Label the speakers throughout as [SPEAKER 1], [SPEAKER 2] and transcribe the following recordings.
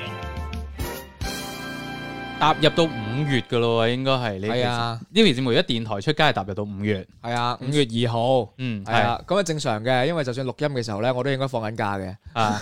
[SPEAKER 1] 影。
[SPEAKER 2] 踏入到五月噶咯喎，應該係呢期
[SPEAKER 3] 係啊
[SPEAKER 2] 節呢期節目而家電台出街係踏入到五月，
[SPEAKER 3] 系啊，五月二號，
[SPEAKER 2] 嗯
[SPEAKER 3] 係啊，咁啊正常嘅，因為就算錄音嘅時候咧，我都應該放緊假嘅，
[SPEAKER 2] 啊！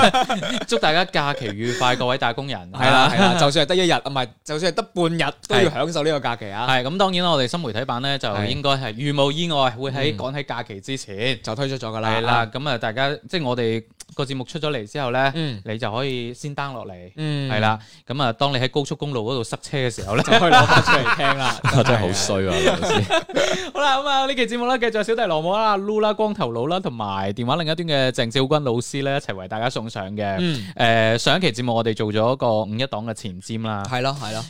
[SPEAKER 2] 祝大家假期愉快，各位打工 人
[SPEAKER 3] 係啦，係啦，就算係得一日，啊唔係，就算係得半日，都要享受呢個假期啊，
[SPEAKER 2] 係咁當然啦，我哋新媒體版咧就
[SPEAKER 3] 係
[SPEAKER 2] 應該係如無意外會喺
[SPEAKER 3] 嗯
[SPEAKER 2] 趕喺假期之前
[SPEAKER 3] 就推出咗噶啦，
[SPEAKER 2] 係啦，，咁啊大家即係我哋個節目出咗嚟之後咧，
[SPEAKER 3] 嗯
[SPEAKER 2] 你就可以先 down 落嚟，
[SPEAKER 3] 嗯
[SPEAKER 2] 係，啦，咁啊當你喺高速公路嗰度塞車嘅時候咧
[SPEAKER 3] 就。可以攞翻出嚟 聽啦，
[SPEAKER 4] 我真係好衰啊！老師，
[SPEAKER 2] 好啦，咁啊呢期節目咧，繼續有小弟羅姆啦、Lu 啦、光頭佬啦，同埋電話另一端嘅鄭少君老師咧，一齊為大家送上嘅。誒、
[SPEAKER 3] 嗯，
[SPEAKER 2] 上一期節目我哋做咗一個五一檔嘅前瞻啦。誒
[SPEAKER 3] 係咯，係咯，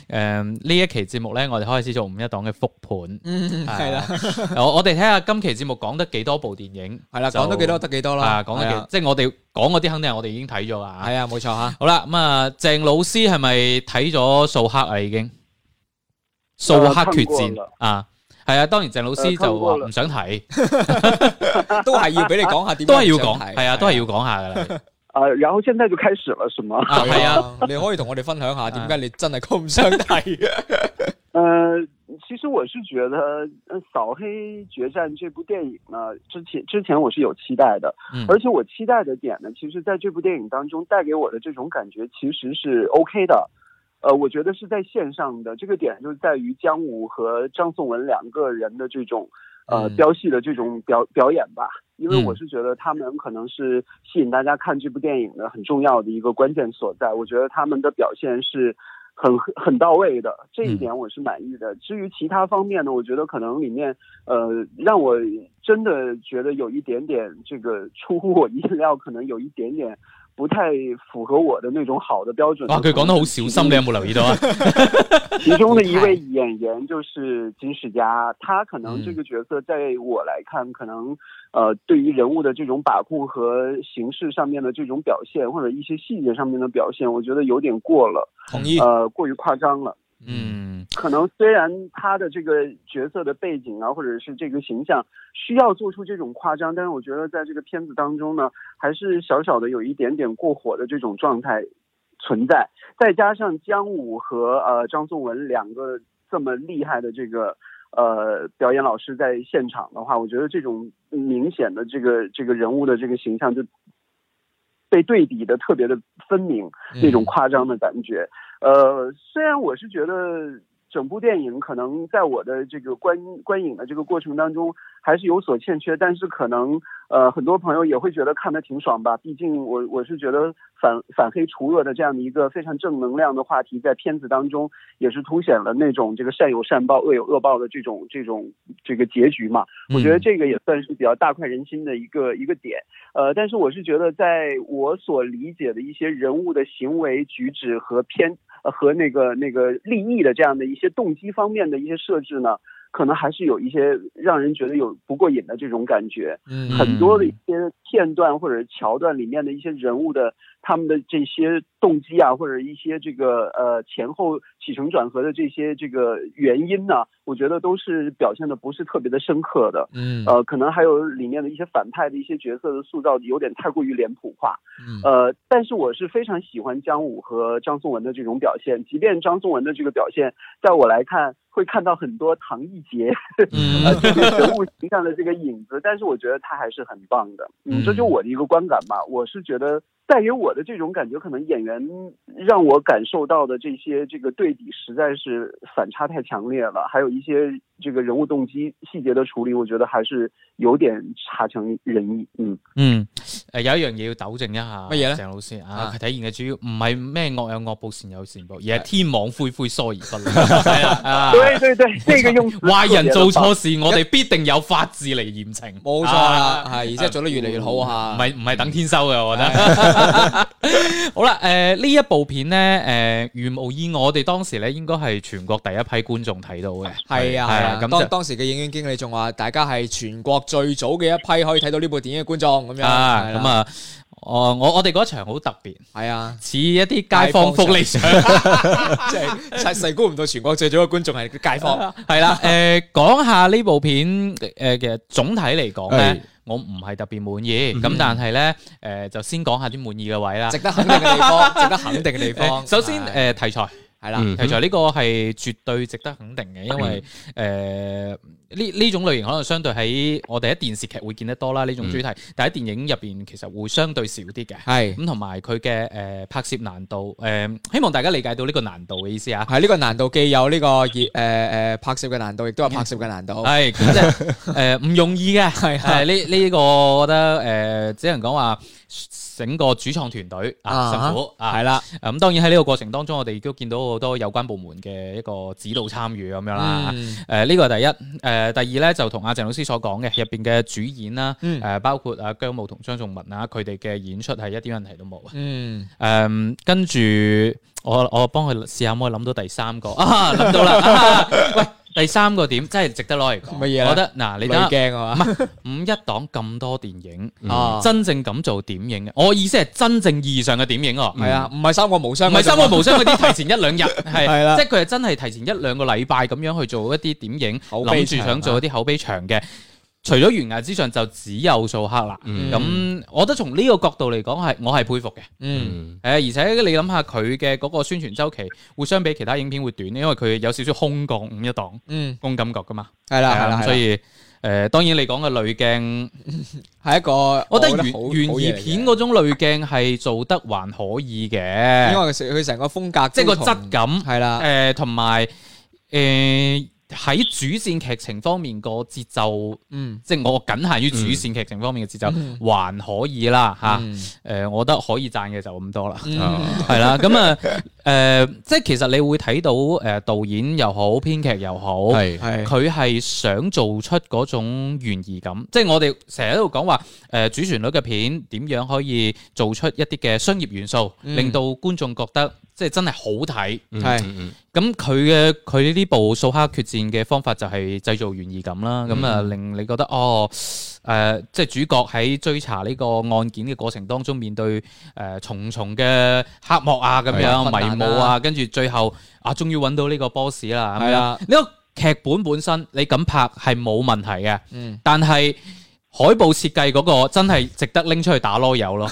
[SPEAKER 2] 呢一期節目咧，我哋開始做五一檔嘅復盤。
[SPEAKER 3] 嗯，係啦，
[SPEAKER 2] 係啊，我我哋睇下今期節目講得幾多部電影。
[SPEAKER 3] 係啦，
[SPEAKER 2] 就
[SPEAKER 3] 講得幾多得幾多
[SPEAKER 2] 啊，
[SPEAKER 3] 啦，
[SPEAKER 2] 講
[SPEAKER 3] 係
[SPEAKER 2] 得
[SPEAKER 3] 啊
[SPEAKER 2] 幾，即係我哋講嗰啲肯定係我哋已經睇咗啦。
[SPEAKER 3] 係啊，冇錯吓，
[SPEAKER 2] 好啦，咁啊，鄭老師係咪睇咗掃黑啊？已經掃黑決
[SPEAKER 5] 誒睇過
[SPEAKER 2] 戰
[SPEAKER 5] 啦
[SPEAKER 2] 啊，係啊，當然鄭老師
[SPEAKER 5] 誒睇
[SPEAKER 2] 就
[SPEAKER 5] 過
[SPEAKER 2] 話
[SPEAKER 5] 啦
[SPEAKER 2] 唔想睇。
[SPEAKER 3] 都係要俾你講下點，
[SPEAKER 2] 都係要講，係啊，都係要講下噶 啦。
[SPEAKER 5] 啊、然后现在就开始了，是吗？
[SPEAKER 2] 啊，係啊，，
[SPEAKER 3] 你可以同我哋分享下點解你真係咁想 睇，
[SPEAKER 5] 呃，其实我是觉得《呃扫黑决战》这部电影呢，之前之前我是有期待的，
[SPEAKER 2] 嗯
[SPEAKER 5] 而且我期待的点呢，其实在这部电影当中带给我的这种感觉其实是 OK 的。呃，我觉得是在线上的这个点就在于姜武和张颂文两个人的这种呃
[SPEAKER 3] 嗯
[SPEAKER 5] 飙戏的这种表表演吧，因为
[SPEAKER 2] 嗯
[SPEAKER 5] 我是觉得他们可能是吸引大家看这部电影的很重要的一个关键所在。我觉得他们的表现是很很到位的，这
[SPEAKER 2] 嗯
[SPEAKER 5] 一点我是满意的。至于其他方面呢，我觉得可能里面呃，让我真的觉得有一点点这个出乎我意料，可能有一点点不太符合我的那种好的标准。
[SPEAKER 2] 哇，佢講得好小心，你有冇留意到啊？
[SPEAKER 5] 其中的一位演员就是金世佳，他可能这个角色在我来看，可能呃，对于人物的这种把控和形式上面的这种表现，或者一些细节上面的表现，我觉得有点过了，
[SPEAKER 3] 同意，
[SPEAKER 5] 呃，过于夸张了。
[SPEAKER 2] 嗯，
[SPEAKER 5] 可能虽然他的这个角色的背景啊，或者是这个形象需要做出这种夸张，但是我觉得在这个片子当中呢，还是小小的有一点点过火的这种状态存在。再加上姜武和呃张颂文两个这么厉害的这个呃表演老师在现场的话，我觉得这种明显的这个这个人物的这个形象就被对比的特别的分明。那
[SPEAKER 3] 嗯
[SPEAKER 5] 种夸张的感觉。呃，虽然我是觉得整部电影可能在我的这个观观影的这个过程当中还是有所欠缺，但是可能呃很多朋友也会觉得看得挺爽吧。毕竟我我是觉得反反黑除恶的这样的一个非常正能量的话题，在片子当中也是凸显了那种这个善有善报、恶有恶报的这种这种这个结局嘛。我
[SPEAKER 3] 嗯
[SPEAKER 5] 觉得这个也算是比较大快人心的一个一个点。呃，但是我是觉得，在我所理解的一些人物的行为举止和偏、呃和那个那个利益的这样的一些动机方面的一些设置呢，可能还是有一些让人觉得有不过瘾的这种感觉。
[SPEAKER 3] 嗯
[SPEAKER 5] 很多的一些片段或者桥段里面的一些人物的他们的这些动机啊，或者一些这个呃前后起承转合的这些这个原因呢、我觉得都是表现的不是特别的深刻的。
[SPEAKER 3] 嗯
[SPEAKER 5] 呃，可能还有里面的一些反派的一些角色的塑造有点太过于脸谱化。
[SPEAKER 3] 嗯
[SPEAKER 5] 呃，但是我是非常喜欢姜武和张颂文的这种表现，即便张颂文的这个表现，在我来看会看到很多唐奕杰 呃
[SPEAKER 2] 嗯
[SPEAKER 5] 这个人物形象的这个影子，但是我觉得他还是很棒的。嗯，这就我的一个观感吧。我是觉得带给我的这种感觉，可能演员让我感受到的这些这个对比实在是反差太强烈了，还有一些这个人物动机细节的处理，我觉得还是有点差强人意。嗯。
[SPEAKER 2] 嗯，誒有一樣嘢要糾正一下，
[SPEAKER 3] 乜嘢呢
[SPEAKER 2] 鄭老師啊，佢體現嘅主要唔係咩惡有惡報，善有善報，而係天網恢恢，疏而不 漏。係啦 啊，
[SPEAKER 5] 对对对，这个用词
[SPEAKER 2] 壞人做
[SPEAKER 5] 特别地棒
[SPEAKER 2] 錯 事，我哋必定有法治嚟嚴懲。啊
[SPEAKER 3] 冇錯啦，係而啊且做得越嚟越好
[SPEAKER 2] 唔
[SPEAKER 3] 吓，
[SPEAKER 2] 係唔係等天收嘅，
[SPEAKER 3] 啊
[SPEAKER 2] 我覺得。好啦，誒呢一部片咧，誒如無意外，我哋當時咧應該係全國第一批觀眾睇到嘅。
[SPEAKER 3] 係啊係啊，
[SPEAKER 2] 咁
[SPEAKER 3] 當
[SPEAKER 2] 就
[SPEAKER 3] 當時嘅影院經理仲話，大家係全國最早嘅一批可以睇到呢部電影嘅觀眾咁樣。
[SPEAKER 2] 啊，
[SPEAKER 3] 係啦
[SPEAKER 2] 咁，啊，哦，我我哋嗰場好特別，
[SPEAKER 3] 係啊，
[SPEAKER 2] 似一啲街坊福利相，
[SPEAKER 3] 即係細細估唔到全國最早嘅觀眾係啲 街坊。
[SPEAKER 2] 係啦。誒，講下呢部片誒嘅總體嚟講咧
[SPEAKER 4] 係，
[SPEAKER 2] 我唔係特別滿意，
[SPEAKER 3] 嗯
[SPEAKER 2] 咁但係咧誒就先講下啲滿意嘅位啦
[SPEAKER 3] 值。得肯定嘅 地方，值得肯定嘅地方。
[SPEAKER 2] 誒首先
[SPEAKER 3] 係
[SPEAKER 2] 誒題材。
[SPEAKER 3] 係啦，
[SPEAKER 4] 嗯
[SPEAKER 2] 題材呢個係絕對值得肯定
[SPEAKER 3] 嗯
[SPEAKER 2] 嘅，因為誒呢呢種類型可能相對喺我哋喺電視劇會見得多啦，呢種主題，但喺電影入邊其實會相對少啲嘅。
[SPEAKER 3] 嗯係
[SPEAKER 2] 咁同埋佢嘅誒拍攝難度，誒、希望大家理解到呢個難度嘅意思啊。
[SPEAKER 3] 係呢個難度既有呢個熱誒誒拍攝嘅難度，亦都有拍攝嘅難度。
[SPEAKER 2] 係咁即 係呃誒唔容易嘅，
[SPEAKER 3] 係啊
[SPEAKER 2] 係呢呢個我覺得誒、呃只能講話整個主創團隊啊辛苦啊
[SPEAKER 3] 係啦，
[SPEAKER 2] 咁、當然喺呢個過程當中，我哋亦都見到好多有關部門嘅一個指導參與咁樣啦。
[SPEAKER 3] 嗯
[SPEAKER 2] 誒呃呢個係第一，誒、第二咧就同阿鄭老師所講嘅入邊嘅主演啦，誒、呃
[SPEAKER 3] 嗯
[SPEAKER 2] 包括阿姜武同張頌文啊，佢哋嘅演出係一啲問題都冇啊。
[SPEAKER 3] 嗯，
[SPEAKER 2] 誒跟住我我幫佢試下可唔可以諗到第三個啊，諗到啦、 啊喂，第三個點真係值得攞嚟講，
[SPEAKER 3] 乜嘢呢啊
[SPEAKER 2] 我覺得嗱，你
[SPEAKER 3] 你
[SPEAKER 2] 睇下
[SPEAKER 3] 驚啊嘛？
[SPEAKER 2] 五一檔咁多電影，
[SPEAKER 3] 啊
[SPEAKER 2] 真正咁做點映嘅，我意思係真正意義上嘅點映喎。
[SPEAKER 3] 係啊，唔係三個無雙
[SPEAKER 2] 唔
[SPEAKER 3] 嗰種啊，
[SPEAKER 2] 係三個無雙嗰啲提前一兩 日，係
[SPEAKER 3] 係啦
[SPEAKER 2] 即係佢係真係提前一兩個禮拜咁樣去做一啲點影，
[SPEAKER 3] 口碑啊
[SPEAKER 2] 諗住
[SPEAKER 3] 場
[SPEAKER 2] 想做一啲口碑場嘅。除咗懸崖之上，就只有掃黑啦。
[SPEAKER 4] 嗯
[SPEAKER 2] 咁、我覺得從呢個角度嚟講，係我係佩服嘅。
[SPEAKER 3] 嗯。
[SPEAKER 4] 嗯
[SPEAKER 2] 誒，而且你諗下佢嘅嗰個宣傳周期，會相比其他影片會短，因為佢有少少空降五一檔
[SPEAKER 3] 嗯，
[SPEAKER 2] 嗰種感覺噶嘛。
[SPEAKER 3] 系啦，
[SPEAKER 2] 係
[SPEAKER 3] 系
[SPEAKER 2] 啊
[SPEAKER 3] 啦，
[SPEAKER 2] 咁所以誒、當然你講嘅濾鏡，
[SPEAKER 3] 系一個
[SPEAKER 2] 我
[SPEAKER 3] 我
[SPEAKER 2] 覺
[SPEAKER 3] 覺
[SPEAKER 2] 得
[SPEAKER 3] 得
[SPEAKER 2] 懸
[SPEAKER 3] 好
[SPEAKER 2] 懸疑片，
[SPEAKER 3] 好
[SPEAKER 2] 嗰種濾鏡係做得還可以
[SPEAKER 3] 嘢嚟嘅因
[SPEAKER 2] 嘅，
[SPEAKER 3] 為佢佢成個風格，
[SPEAKER 2] 即係個質感。
[SPEAKER 3] 係啊啦，
[SPEAKER 2] 誒呃同埋誒喺主線劇情方面個節奏，
[SPEAKER 3] 嗯，
[SPEAKER 2] 即係我僅限於主線劇情方面嘅節奏，
[SPEAKER 3] 嗯
[SPEAKER 2] 還可以啦嚇。誒、呃
[SPEAKER 3] 嗯
[SPEAKER 2] 我覺得可以讚嘅就咁多啦。
[SPEAKER 3] 嗯
[SPEAKER 4] 啊
[SPEAKER 2] 係啦，咁啊，誒、即係其實你會睇到誒、導演又好，編劇又好，
[SPEAKER 4] 係
[SPEAKER 3] 係
[SPEAKER 2] 佢係想做出嗰種懸疑感，即係我哋成日喺度講話誒主旋律嘅片點樣可以做出一啲嘅商業元素，
[SPEAKER 3] 嗯
[SPEAKER 2] 令到觀眾覺得即係真係好睇。
[SPEAKER 3] 係
[SPEAKER 4] 係
[SPEAKER 2] 咁佢嘅佢呢部掃黑決戰嘅方法就係製造懸疑感啦，咁啊、
[SPEAKER 3] 嗯
[SPEAKER 2] 令你覺得哦，誒、即係主角喺追查呢個案件嘅過程當中，面對誒、呃重重嘅黑幕啊，咁
[SPEAKER 4] 係
[SPEAKER 2] 樣
[SPEAKER 3] 啊困難啊
[SPEAKER 2] 迷霧啊，跟住最後啊，終於揾到呢個 boss 啦，咁樣
[SPEAKER 3] 係啊啦
[SPEAKER 2] 呢個劇本本身你咁拍係冇問題嘅，
[SPEAKER 3] 嗯
[SPEAKER 2] 但係海報設計嗰個真係值得拎出去打籮柚 咯，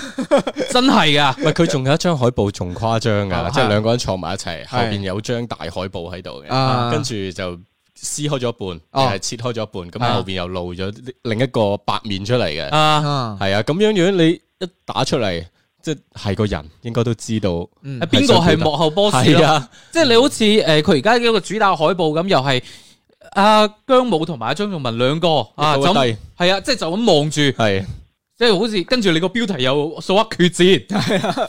[SPEAKER 2] 真係噶。
[SPEAKER 4] 喂，佢仲有一張海報仲誇張
[SPEAKER 2] 啊
[SPEAKER 4] 㗎，即係兩個人坐埋一齊，後
[SPEAKER 3] 係
[SPEAKER 4] 邊有張大海報喺度
[SPEAKER 3] 啊
[SPEAKER 4] 嘅，跟住就撕開咗一半，
[SPEAKER 3] 哦
[SPEAKER 4] 又係切開咗一半，
[SPEAKER 2] 啊
[SPEAKER 4] 咁後邊又露咗另一個白面出嚟嘅，
[SPEAKER 2] 啊
[SPEAKER 3] 啊，
[SPEAKER 4] 係啊，咁樣樣你一打出嚟，即係個人應該都知道，
[SPEAKER 3] 嗯
[SPEAKER 2] 邊個係幕後 boss
[SPEAKER 4] 係
[SPEAKER 2] 咯？
[SPEAKER 4] 啊，
[SPEAKER 2] 即係你好似誒佢而家一個主打海報咁，又係阿姜武同埋阿張仲文兩個啊，就
[SPEAKER 4] 一個
[SPEAKER 2] 咁
[SPEAKER 4] 低
[SPEAKER 2] 係啊，即係就咁望住，
[SPEAKER 4] 係
[SPEAKER 2] 即係好似跟住你個標題又掃黑決戰，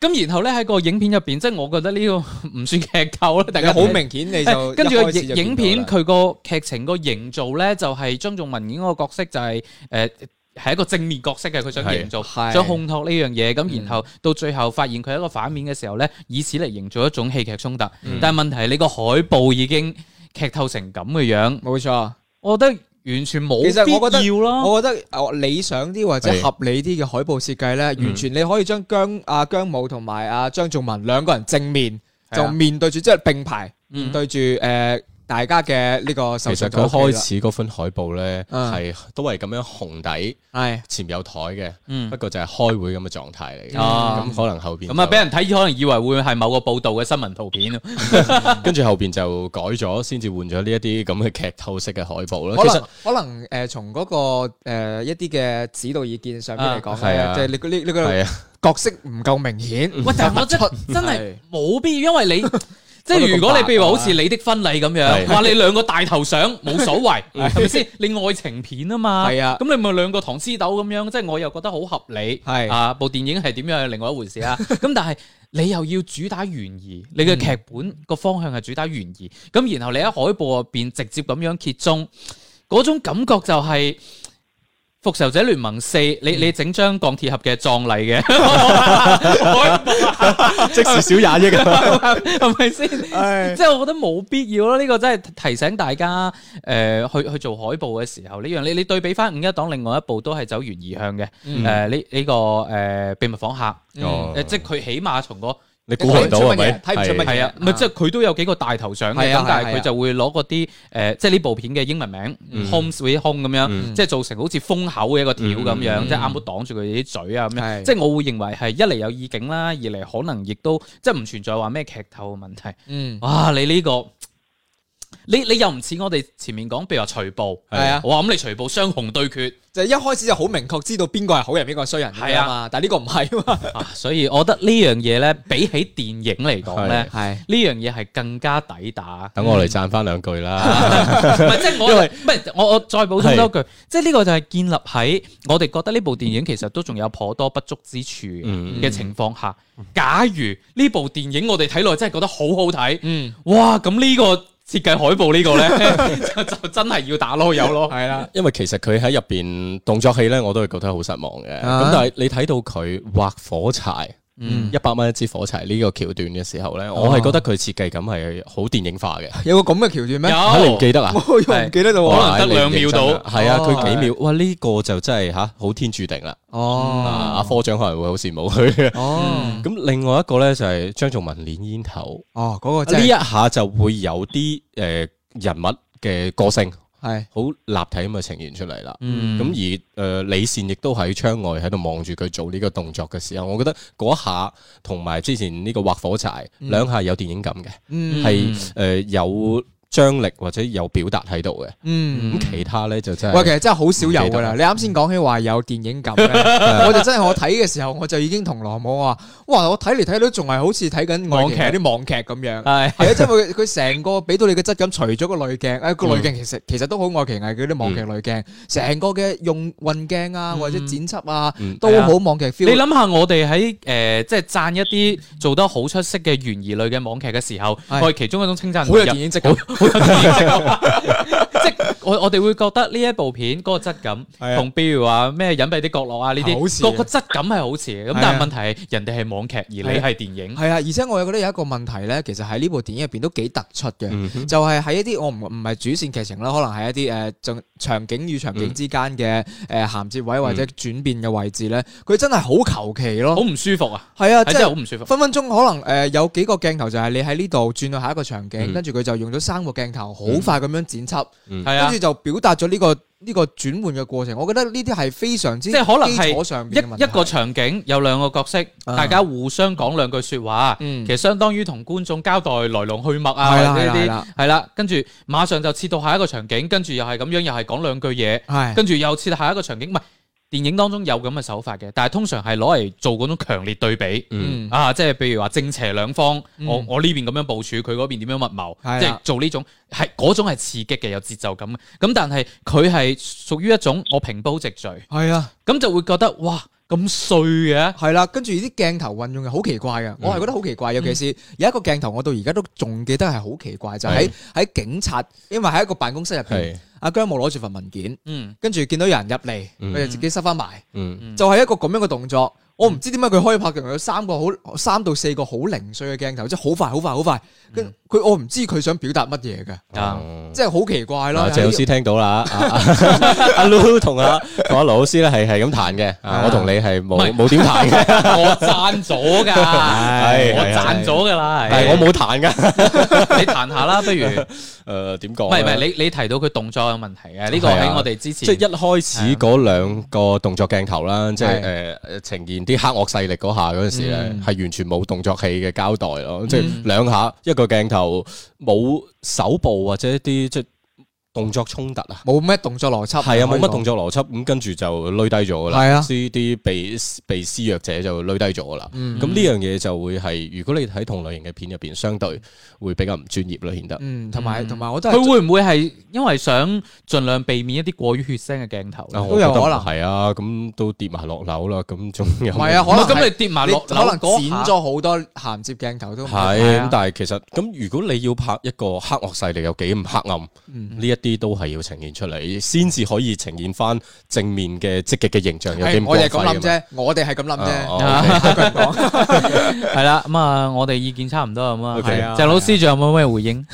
[SPEAKER 2] 咁然後咧喺個影片入邊，即係我覺得呢個唔算劇透啦，大
[SPEAKER 3] 大
[SPEAKER 2] 家
[SPEAKER 3] 家好
[SPEAKER 2] 睇。
[SPEAKER 3] 明顯你就
[SPEAKER 2] 誒跟住
[SPEAKER 3] 一
[SPEAKER 2] 個
[SPEAKER 3] 開始
[SPEAKER 2] 影
[SPEAKER 3] 就
[SPEAKER 2] 影片
[SPEAKER 3] 見到啦
[SPEAKER 2] 佢個劇情個營造咧，就係張仲文演嗰個角色就係誒係一個正面角色嘅，佢想
[SPEAKER 4] 係
[SPEAKER 2] 營造，
[SPEAKER 3] 係
[SPEAKER 2] 想烘托呢樣嘢，咁
[SPEAKER 3] 嗯
[SPEAKER 2] 然後到最後發現佢係一個反面嘅時候咧，以此嚟營造一種戲劇衝突。
[SPEAKER 3] 嗯
[SPEAKER 2] 但係問題係你個海報已經劇透成咁嘅樣，
[SPEAKER 3] 冇錯，
[SPEAKER 2] 我覺得完全冇
[SPEAKER 3] 其實我覺得
[SPEAKER 2] 必要咯。
[SPEAKER 3] 我覺得呃理想啲或者
[SPEAKER 4] 係
[SPEAKER 3] 合理啲嘅海報設計咧，完全你可以將姜阿姜武同埋阿張仲文兩個人正面
[SPEAKER 2] 係啊
[SPEAKER 3] 就面對住，即係並排
[SPEAKER 2] 嗯
[SPEAKER 3] 面對住誒大家嘅呢個
[SPEAKER 4] 其
[SPEAKER 3] 受傷
[SPEAKER 4] 實佢開始嗰款海報咧，
[SPEAKER 2] 啊
[SPEAKER 3] 嗯
[SPEAKER 4] 係都係咁樣紅底
[SPEAKER 3] 係
[SPEAKER 4] 前面有台嘅，
[SPEAKER 2] 嗯
[SPEAKER 4] 不過就係開會咁嘅狀態嚟嘅，
[SPEAKER 2] 啊
[SPEAKER 4] 咁可能後邊
[SPEAKER 2] 咁啊，
[SPEAKER 4] 就
[SPEAKER 2] 俾人睇可能以為會係某個報道嘅新聞圖片。
[SPEAKER 3] 嗯
[SPEAKER 4] 跟住後邊就改咗，先至換咗呢一啲咁嘅劇透式嘅海報啦。
[SPEAKER 3] 可
[SPEAKER 4] 其實
[SPEAKER 3] 能可能誒從嗰個呃一啲嘅指導意見上面嚟講
[SPEAKER 4] 啊係
[SPEAKER 3] 咧，
[SPEAKER 4] 啊
[SPEAKER 3] 即係你個呢呢個
[SPEAKER 4] 係啊，
[SPEAKER 3] 角色唔夠明顯，
[SPEAKER 2] 喂，但 係我真真係冇必要，因為你即係如果你譬如話好似你的婚禮咁樣，
[SPEAKER 4] 係
[SPEAKER 2] 話你兩個大頭相冇所 謂，係咪先？你愛情片啊嘛，
[SPEAKER 3] 係啊
[SPEAKER 2] 咁你咪兩個糖絲豆咁樣，即係我又覺得好合理。
[SPEAKER 3] 係
[SPEAKER 2] 啊，部電影係點樣係另外一回事啊。咁但係你又要主打懸疑，你嘅劇本個方向係主打懸疑，咁然後你喺海報入邊直接咁樣揭盅，嗰種感覺就係復仇者聯盟四，你你整張鋼鐵俠嘅葬禮嘅， 我
[SPEAKER 4] 即時 少廿億啊！
[SPEAKER 2] 係咪先？ 即係我覺得冇必要咯，呢、個真係提醒大家，誒、呃去去做海報嘅時候呢樣，你你對比翻五一黨另外一部都係走懸疑向嘅，誒
[SPEAKER 3] 嗯
[SPEAKER 2] 呢呢個誒、秘密訪客，
[SPEAKER 4] 哦
[SPEAKER 2] 誒即係佢起碼從個
[SPEAKER 4] 你估唔到係咪？
[SPEAKER 3] 睇唔出乜嘢
[SPEAKER 2] 係啊，咪
[SPEAKER 3] 啊
[SPEAKER 2] 即係佢都有幾個大頭相嘅，
[SPEAKER 3] 係啊
[SPEAKER 2] 咁但
[SPEAKER 3] 係
[SPEAKER 2] 係
[SPEAKER 3] 啊
[SPEAKER 2] 佢就會攞嗰啲誒，即係呢部片嘅英文名
[SPEAKER 4] 嗯
[SPEAKER 2] Home Sweet Home 咁樣，
[SPEAKER 4] 嗯
[SPEAKER 2] 即係做成好似封口嘅一個條咁樣，
[SPEAKER 3] 嗯
[SPEAKER 2] 即係啱好擋住佢哋啲嘴啊咁樣。
[SPEAKER 3] 係
[SPEAKER 2] 即係我會認為係一嚟有意境啦，二嚟可能亦都即係唔存在話咩劇透嘅問題。
[SPEAKER 3] 嗯，
[SPEAKER 2] 哇！你呢個你你又唔似我哋前面講，譬如話除暴，
[SPEAKER 3] 係啊，
[SPEAKER 2] 哇咁你除暴雙雄對決。
[SPEAKER 3] 就一開始就好明確知道邊個係好人，邊個係衰人
[SPEAKER 2] 係
[SPEAKER 3] 係
[SPEAKER 2] 啊
[SPEAKER 3] 啊嘛，但係呢個唔係啊嘛，
[SPEAKER 2] 啊，所以我覺得呢樣嘢咧，比起電影嚟講咧，呢
[SPEAKER 3] 係
[SPEAKER 2] 樣嘢係更加抵打。
[SPEAKER 4] 等我嚟讚翻兩句
[SPEAKER 2] 唔
[SPEAKER 4] 啦。
[SPEAKER 2] 係即係我
[SPEAKER 4] 因
[SPEAKER 2] 唔係我我再補充多句，即係呢個就係建立喺我哋覺得呢部電影其實都仲有頗多不足之處
[SPEAKER 4] 嗯
[SPEAKER 2] 嘅情況下。假如呢部電影我哋睇落真係覺得好好睇，
[SPEAKER 3] 嗯
[SPEAKER 2] 哇！咁呢個設計海報呢 個咧就就真係要打攞有咯。
[SPEAKER 3] 係啦，
[SPEAKER 4] 因為其實佢喺入邊動作戲咧，我都係覺得好失望嘅。
[SPEAKER 3] 啊
[SPEAKER 4] 咁但係你睇到佢畫火柴，
[SPEAKER 3] 嗯啊
[SPEAKER 4] 一百蚊一支火柴呢個橋段嘅時候咧，我係覺得佢設計感係好電影化嘅。
[SPEAKER 3] 有個咁嘅橋段咩？
[SPEAKER 4] 嚇你唔
[SPEAKER 2] 有
[SPEAKER 4] 記得啊？
[SPEAKER 3] 我又唔記得到
[SPEAKER 2] 可
[SPEAKER 3] 喎。
[SPEAKER 2] 能得兩秒到
[SPEAKER 4] 係啊，
[SPEAKER 3] 哦
[SPEAKER 4] 佢幾秒，哇！呢個就真係吓好天注定啦。啊阿
[SPEAKER 3] 哦，
[SPEAKER 4] 科長可能會好羨慕佢。
[SPEAKER 3] 哦，
[SPEAKER 4] 咁另外一個咧就係張頌文練煙頭，
[SPEAKER 3] 哦，嗰個真
[SPEAKER 4] 呢一
[SPEAKER 3] 係
[SPEAKER 4] 下就會有啲誒人物嘅個性
[SPEAKER 3] 係
[SPEAKER 4] 好立體咁嘅呈現出嚟啦。
[SPEAKER 2] 嗯
[SPEAKER 4] 咁而誒、呃李善亦都喺窗外喺度望住佢做呢個動作嘅時候，我覺得嗰一下同埋之前呢個畫火柴、兩下有電影感嘅，
[SPEAKER 3] 嗯
[SPEAKER 4] 係誒、呃有張力或者有表達喺度嘅。
[SPEAKER 3] 嗯。
[SPEAKER 4] 咁、其他咧就真
[SPEAKER 3] 喂，其
[SPEAKER 4] 係
[SPEAKER 3] 實真係好少有噶啦。你啱先講起話有電影感 咧，我就真係我睇嘅時候，我就已經同羅母話：，哇！我睇嚟睇去都仲係好似睇緊外
[SPEAKER 2] 網劇
[SPEAKER 3] 劇啲網劇咁樣。
[SPEAKER 2] 係
[SPEAKER 3] 係啊，即係佢佢成個俾到你嘅質感，除咗個濾鏡，啊誒個濾鏡其實其實都好愛奇藝嗰啲網劇濾鏡，成個嘅用運鏡啊或者剪輯啊
[SPEAKER 4] 嗯，
[SPEAKER 3] 都好網劇
[SPEAKER 2] 你
[SPEAKER 3] feel。
[SPEAKER 2] 諗下，我哋喺誒即係讚一啲做得好出色嘅懸疑類嘅網劇嘅時候，
[SPEAKER 3] 係
[SPEAKER 2] 我哋其中一種稱讚
[SPEAKER 3] 好有
[SPEAKER 2] 就係
[SPEAKER 3] 電影質感，
[SPEAKER 2] 即係我我哋會覺得呢一部片嗰個質感，
[SPEAKER 3] 係啊
[SPEAKER 2] 同譬如話咩隱蔽啲角落啊呢
[SPEAKER 3] 好
[SPEAKER 2] 啲，
[SPEAKER 3] 似
[SPEAKER 2] 個
[SPEAKER 3] 嘅
[SPEAKER 2] 個質感係好似嘅。咁
[SPEAKER 3] 係啊
[SPEAKER 2] 但係問題係人哋係網劇，而你係電影。
[SPEAKER 3] 係啊，而且我又覺得有一個問題咧，其實喺呢部電影入邊都幾突出嘅。
[SPEAKER 4] 嗯哼
[SPEAKER 3] 就係喺一啲我唔唔係主線劇情啦，可能係一啲誒場場景與場景之間嘅誒銜接位或者轉變嘅位置咧，佢真係好求其
[SPEAKER 2] 好
[SPEAKER 3] 咯，
[SPEAKER 2] 唔舒服啊！
[SPEAKER 3] 係啊，
[SPEAKER 2] 係
[SPEAKER 3] 即
[SPEAKER 2] 真係好
[SPEAKER 3] 係。
[SPEAKER 2] 唔舒服。
[SPEAKER 3] 分分鐘可能誒、呃有幾個鏡頭就係你喺呢度轉到下一個場景，
[SPEAKER 4] 嗯
[SPEAKER 3] 跟住佢就用咗三個鏡頭，好快咁樣剪輯，
[SPEAKER 2] 嗯係
[SPEAKER 3] 跟
[SPEAKER 2] 啊
[SPEAKER 3] 住、，就表達咗呢個呢、個轉換嘅過程。我覺得呢啲係非常之
[SPEAKER 2] 即係可能係
[SPEAKER 3] 基礎上邊嘅問
[SPEAKER 2] 一
[SPEAKER 3] 題
[SPEAKER 2] 一個場景有兩個角色，
[SPEAKER 3] 啊
[SPEAKER 2] 大家互相講兩句説話，
[SPEAKER 3] 嗯
[SPEAKER 2] 其實相當於同觀眾交代來龍去脈啊，
[SPEAKER 3] 係啦
[SPEAKER 2] 或者呢
[SPEAKER 3] 係
[SPEAKER 2] 啲
[SPEAKER 3] 啦
[SPEAKER 2] 係啦，跟住馬上就切到下一個場景，跟住又係咁樣，又係講兩句嘢，
[SPEAKER 3] 係
[SPEAKER 2] 跟住又切到下一個場景，唔係電影當中有咁嘅手法嘅，但係通常係攞嚟做嗰種強烈對比。
[SPEAKER 4] 嗯
[SPEAKER 3] 嗯
[SPEAKER 2] 啊，即係譬如話正邪兩方，
[SPEAKER 3] 嗯
[SPEAKER 2] 我我呢邊咁樣部署，佢嗰邊點樣密
[SPEAKER 3] 係啊
[SPEAKER 2] 謀，即係做呢種係嗰種係刺激嘅，有節奏感嘅。咁但係佢係屬於一種我平鋪直敍，
[SPEAKER 3] 係啊。
[SPEAKER 2] 咁就會覺得哇咁碎嘅，
[SPEAKER 3] 係啦，跟住啲鏡頭運用係好奇怪
[SPEAKER 2] 嗯
[SPEAKER 3] 嘅，我係覺得好奇怪，尤其是有一個鏡頭，我到而家都仲記得係好奇怪，就喺喺警察，因為喺一個辦公室入邊，
[SPEAKER 4] 係
[SPEAKER 3] 阿姜武攞住份文件，
[SPEAKER 2] 嗯，
[SPEAKER 3] 跟住見到有人入嚟，
[SPEAKER 4] 嗯
[SPEAKER 3] 佢就自己收翻埋，
[SPEAKER 4] 嗯
[SPEAKER 2] 嗯
[SPEAKER 3] 就係一個咁樣嘅動作。我唔知點解佢可以拍嘅，有三個好三到四個好零碎嘅鏡頭，即係好快、好快、好快。
[SPEAKER 4] 嗯
[SPEAKER 3] 跟佢我唔知佢想表達乜嘢嘅，
[SPEAKER 2] 啊
[SPEAKER 4] 哦
[SPEAKER 3] 即係好奇 怪咯
[SPEAKER 4] 嗱，。鄭老師聽到啦，啊啊阿 Lu 同阿同阿盧老師咧係係咁彈嘅，啊我同你係
[SPEAKER 2] 唔
[SPEAKER 4] 冇
[SPEAKER 2] 係
[SPEAKER 4] 冇點彈 嘅，
[SPEAKER 2] 我讚咗 㗎，
[SPEAKER 4] 係
[SPEAKER 2] 我
[SPEAKER 4] 係
[SPEAKER 2] 讚咗㗎啦，
[SPEAKER 4] 但係我冇彈噶。
[SPEAKER 2] 冇，你彈下 啦，不如，啊唔
[SPEAKER 4] 誒點講？
[SPEAKER 2] 係唔係，你你提到佢動作有問題嘅，呢個
[SPEAKER 4] 係
[SPEAKER 2] 喺
[SPEAKER 4] 啊
[SPEAKER 2] 我哋之
[SPEAKER 4] 即係
[SPEAKER 2] 前，
[SPEAKER 4] 一開始嗰兩個動作鏡頭啦，即係誒誒呈現啲黑惡勢力嗰下嗰陣時咧，
[SPEAKER 3] 嗯
[SPEAKER 4] 係完全冇動作戲嘅交代咯，即係兩下一個鏡頭冇手部或者一啲即係動作衝突啊。
[SPEAKER 3] 冇咩動作邏輯，
[SPEAKER 4] 係啊，冇乜動
[SPEAKER 3] 作。
[SPEAKER 4] 作邏輯，咁跟住就攣低咗噶啦。
[SPEAKER 3] 係啊
[SPEAKER 4] 呢啲被被施虐者就攣低咗噶啦。
[SPEAKER 3] 嗯
[SPEAKER 4] 咁呢樣嘢就會係，如果你睇同類型嘅片入邊，相對會比較唔專業咯，顯得。
[SPEAKER 3] 嗯，同埋
[SPEAKER 2] 嗯
[SPEAKER 3] 同埋我都
[SPEAKER 2] 佢
[SPEAKER 3] 係
[SPEAKER 2] 會唔會係因為想盡量避免一啲過於血腥嘅鏡頭咧？
[SPEAKER 4] 啊
[SPEAKER 3] 有
[SPEAKER 4] 我覺得
[SPEAKER 3] 可能
[SPEAKER 4] 係啊，咁都跌埋落樓啦，咁仲有
[SPEAKER 3] 唔係啊
[SPEAKER 2] 唔係
[SPEAKER 3] 可能
[SPEAKER 2] 咁
[SPEAKER 3] 係
[SPEAKER 2] 你跌埋
[SPEAKER 3] 你
[SPEAKER 2] 落
[SPEAKER 3] 可
[SPEAKER 2] 樓
[SPEAKER 3] 能
[SPEAKER 2] 嗰
[SPEAKER 3] 剪
[SPEAKER 2] 下
[SPEAKER 3] 咗好多銜接鏡頭都唔
[SPEAKER 4] 係
[SPEAKER 2] 係啊
[SPEAKER 3] 嗯
[SPEAKER 4] 咁，但係其實咁，如果你要拍一個黑惡勢力有幾咁黑暗，呢一啲啲都係要呈現出嚟，先至可以呈現翻正面嘅積極嘅形象，有
[SPEAKER 3] 係
[SPEAKER 4] 啲
[SPEAKER 3] 哎我哋係
[SPEAKER 4] 光
[SPEAKER 3] 咁
[SPEAKER 4] 輝
[SPEAKER 3] 諗
[SPEAKER 4] 㗎嘛。
[SPEAKER 3] 啫，我哋係咁諗
[SPEAKER 4] 啊
[SPEAKER 3] 啫。
[SPEAKER 4] 哦，OK
[SPEAKER 2] 系啦，咁啊，我哋意見差唔多咁啊。
[SPEAKER 4] OK
[SPEAKER 2] 係啊鄭老師仲有冇咩回 應？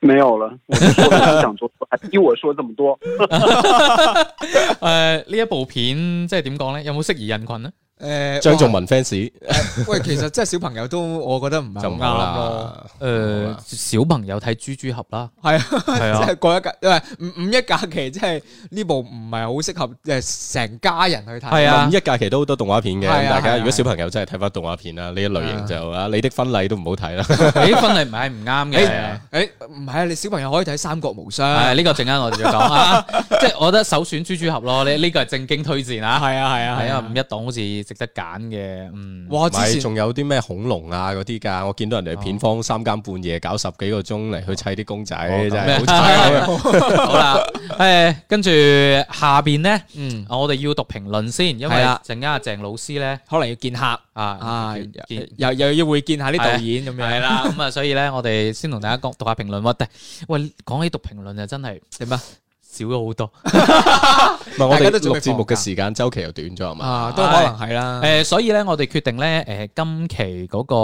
[SPEAKER 5] 没有了，我就说了想说，还逼我说这么多。
[SPEAKER 2] 诶，呢一部片即係點講咧？有冇適宜人群咧？
[SPEAKER 3] 诶，
[SPEAKER 4] 張仲
[SPEAKER 3] 哇
[SPEAKER 4] 文 fans
[SPEAKER 3] 喂，其實真係小朋友都，我覺得唔係
[SPEAKER 4] 就
[SPEAKER 3] 好
[SPEAKER 4] 唔
[SPEAKER 3] 啱
[SPEAKER 4] 好
[SPEAKER 3] 咯。
[SPEAKER 4] 啦。
[SPEAKER 2] 诶，小朋友睇豬豬俠 啦，
[SPEAKER 3] 係啊，
[SPEAKER 2] 係
[SPEAKER 3] 即
[SPEAKER 2] 啊，
[SPEAKER 3] 係過一假，因為五五一假期，即係呢部唔係好適合诶成家人去睇。
[SPEAKER 2] 係啊
[SPEAKER 4] 五一假期都好多動畫片嘅，
[SPEAKER 3] 係啊
[SPEAKER 4] 咁大
[SPEAKER 3] 係啊
[SPEAKER 4] 家如果小朋友真係睇翻動畫片啦，呢一類型就啊，你的婚禮都唔好睇啦。
[SPEAKER 2] 你婚禮唔係唔啱
[SPEAKER 3] 诶
[SPEAKER 2] 嘅。
[SPEAKER 3] 诶，誒唔係啊，你小朋友可以睇《三國無雙》。
[SPEAKER 2] 系哎呢個陣間我哋再講 啊，即係我覺得首選豬豬俠咯，呢呢個係正經推薦啊，
[SPEAKER 3] 係啊，係
[SPEAKER 2] 係啊，五一檔好似值得揀嘅，嗯，
[SPEAKER 3] 哇！
[SPEAKER 4] 唔係
[SPEAKER 3] 之前哦
[SPEAKER 4] 仲有啲咩恐龍啊嗰啲㗎，我見到人哋片方三更半夜搞十幾個鐘嚟去砌啲公仔，
[SPEAKER 3] 哦
[SPEAKER 4] 真係 好慘。
[SPEAKER 2] 啊 好啦，诶，跟住下邊咧，
[SPEAKER 3] 嗯，
[SPEAKER 2] 我哋要讀評論先，因為
[SPEAKER 3] 係啦
[SPEAKER 2] 陣間阿鄭老師咧
[SPEAKER 3] 可能要見客
[SPEAKER 2] 啊
[SPEAKER 3] 啊，
[SPEAKER 2] 見
[SPEAKER 3] 又又要會見下啲導演咁樣。
[SPEAKER 2] 系啦，咁啊，所以咧，我哋先同大家講讀下評論。喂，喂，講起讀評論就真係
[SPEAKER 3] 點啊？
[SPEAKER 2] 少咗好多。
[SPEAKER 4] 唔係我
[SPEAKER 3] 大家
[SPEAKER 4] 哋
[SPEAKER 3] 都準備
[SPEAKER 4] 錄節目
[SPEAKER 3] 放假
[SPEAKER 4] 嘅時間周期又短咗係嘛？
[SPEAKER 3] 啊，都可能係啦。
[SPEAKER 2] 诶、所以咧，我哋決定咧，诶、今期嗰個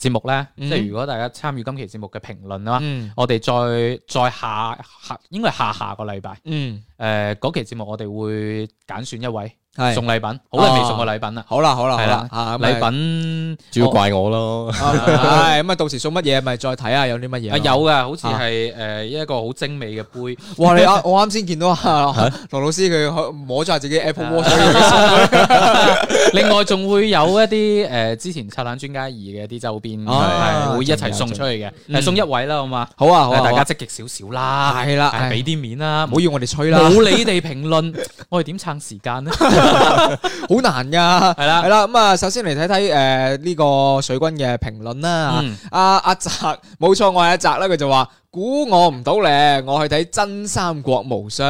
[SPEAKER 2] 節目咧，
[SPEAKER 3] 嗯
[SPEAKER 2] 即係如果大家參與今期節目嘅評論啦，
[SPEAKER 3] 嗯
[SPEAKER 2] 我哋再再下下，應該係下下個禮拜，
[SPEAKER 3] 嗯，
[SPEAKER 2] 诶、嗰期節目我哋會揀選一位
[SPEAKER 3] 係
[SPEAKER 2] 送禮品，好耐未送過禮品啦，
[SPEAKER 3] 好啦，好啦，
[SPEAKER 2] 係啦
[SPEAKER 3] 好啦，啊，
[SPEAKER 2] 禮
[SPEAKER 3] 禮
[SPEAKER 2] 品
[SPEAKER 4] 主要怪我
[SPEAKER 3] 哦
[SPEAKER 4] 咯。
[SPEAKER 3] 唉，咁啊，到時送乜嘢咪再睇下有啲乜嘢
[SPEAKER 2] 啊
[SPEAKER 3] 咯。
[SPEAKER 2] 有嘅，好似係诶一個好精美嘅 杯，
[SPEAKER 3] 哇！你啱，我啱 先見到啊，羅老師佢摸咗下自己 Apple Watch，
[SPEAKER 2] 另外仲會有一啲诶之前拆彈專家二嘅一啲周邊，
[SPEAKER 3] 啊
[SPEAKER 2] 係會一齊送出去嘅，係送一位啦，好嘛？
[SPEAKER 3] 好啊，好啊，
[SPEAKER 2] 大
[SPEAKER 3] 好
[SPEAKER 2] 家
[SPEAKER 3] 啊
[SPEAKER 2] 積極少少啦，
[SPEAKER 3] 係啦
[SPEAKER 2] 係
[SPEAKER 3] 係
[SPEAKER 2] 俾啲面啦，
[SPEAKER 3] 唔好要我哋吹啦，
[SPEAKER 2] 冇你哋評 論，我哋點撐時間呢？
[SPEAKER 3] 好難噶。
[SPEAKER 2] 係啦
[SPEAKER 3] 係啦，咁啊，首先嚟睇睇誒呢個水軍嘅評論啦
[SPEAKER 2] 嗯。
[SPEAKER 3] 阿阿澤，冇錯，我係阿澤啦。佢就話：估我唔到咧，我去睇《真三國無雙》。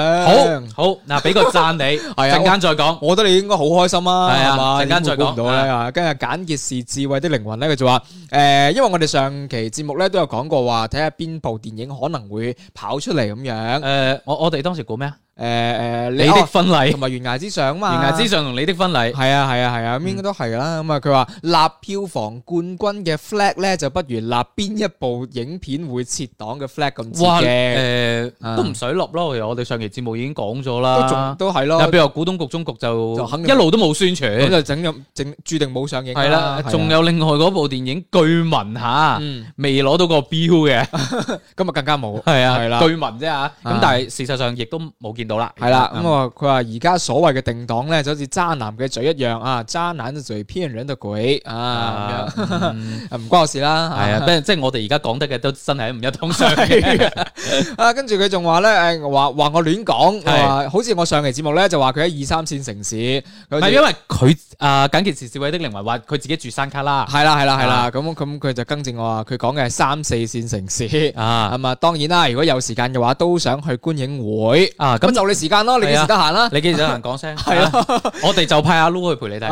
[SPEAKER 2] 好好嗱，俾個讚你，
[SPEAKER 3] 係啊
[SPEAKER 2] 陣間再講。
[SPEAKER 3] 我覺得你應該好開心啊，
[SPEAKER 2] 係啊
[SPEAKER 3] 係嘛？
[SPEAKER 2] 陣間再講
[SPEAKER 3] 點會估唔到咧啊！跟住簡潔是智慧的靈魂咧，佢就話：誒，因為我哋上期節目咧都有講過話，睇下邊部電影可能會跑出嚟咁樣。
[SPEAKER 2] 誒，我我哋當時估咩啊？
[SPEAKER 3] 誒誒，
[SPEAKER 2] 你
[SPEAKER 3] 你
[SPEAKER 2] 的
[SPEAKER 3] 的
[SPEAKER 2] 婚禮
[SPEAKER 3] 同，埋懸崖之上嘛，
[SPEAKER 2] 懸崖之上同你的婚禮，
[SPEAKER 3] 係啊係啊係啊，
[SPEAKER 2] 嗯
[SPEAKER 3] 咁應該都係㗎啦。咁啊，佢話立票房冠軍嘅 flag 咧，就不如立邊一部影片會撤檔嘅 flag 咁刺
[SPEAKER 2] 哇
[SPEAKER 3] 激，
[SPEAKER 2] 誒
[SPEAKER 3] 啊
[SPEAKER 2] 都唔使落咯。其實我哋上期節目已經講咗
[SPEAKER 3] 都仲
[SPEAKER 2] 啦。
[SPEAKER 3] 都係
[SPEAKER 2] 嗱，
[SPEAKER 3] 咯
[SPEAKER 2] 譬。如話古東局中局就
[SPEAKER 3] 就肯定
[SPEAKER 2] 一路都冇宣
[SPEAKER 3] 咁
[SPEAKER 2] 傳，
[SPEAKER 3] 就整入整注定冇上映。
[SPEAKER 2] 係啦。
[SPEAKER 3] 係啊
[SPEAKER 2] 仲有另外嗰部電影據聞嚇，
[SPEAKER 3] 嗯，
[SPEAKER 2] 未攞到個標嘅，
[SPEAKER 3] 咁啊更加冇。
[SPEAKER 2] 係
[SPEAKER 3] 係
[SPEAKER 2] 啊，
[SPEAKER 3] 啦
[SPEAKER 2] 據聞啫嚇。咁
[SPEAKER 3] 啊
[SPEAKER 2] 但係事實上亦都冇見到啦。嗯
[SPEAKER 3] 系啦，咁啊，佢話而家所謂嘅定檔咧，就好似渣男嘅嘴一樣啊，渣男嘅嘴偏人嘅鬼啊，咁
[SPEAKER 2] 啊嗯
[SPEAKER 3] 樣 唔關我事啦。
[SPEAKER 2] 系啊，不過即系我哋而家講得嘅都真係唔一通上嘅，
[SPEAKER 3] 啊，跟住佢仲話咧，诶，話话我亂講，
[SPEAKER 2] 係
[SPEAKER 3] 話好似我上期節目咧就話佢喺二三線城市，佢
[SPEAKER 2] 唔
[SPEAKER 3] 就
[SPEAKER 2] 係因為佢啊簡潔是智慧的靈魂話佢自己住山卡啦
[SPEAKER 3] 係啦係啦係
[SPEAKER 2] 啊
[SPEAKER 3] 啦，咁咁佢就更正我話佢講嘅係三四線城市，
[SPEAKER 2] 啊
[SPEAKER 3] 咁啊當然啦，如果有時間嘅話都想去觀影會，
[SPEAKER 2] 啊
[SPEAKER 3] 咁
[SPEAKER 2] 咁
[SPEAKER 3] 就你時間咯，你幾
[SPEAKER 2] 係啊
[SPEAKER 3] 時得閒啦？
[SPEAKER 2] 你記者能講 聲係啊，我哋就派阿 Lu 去陪你睇，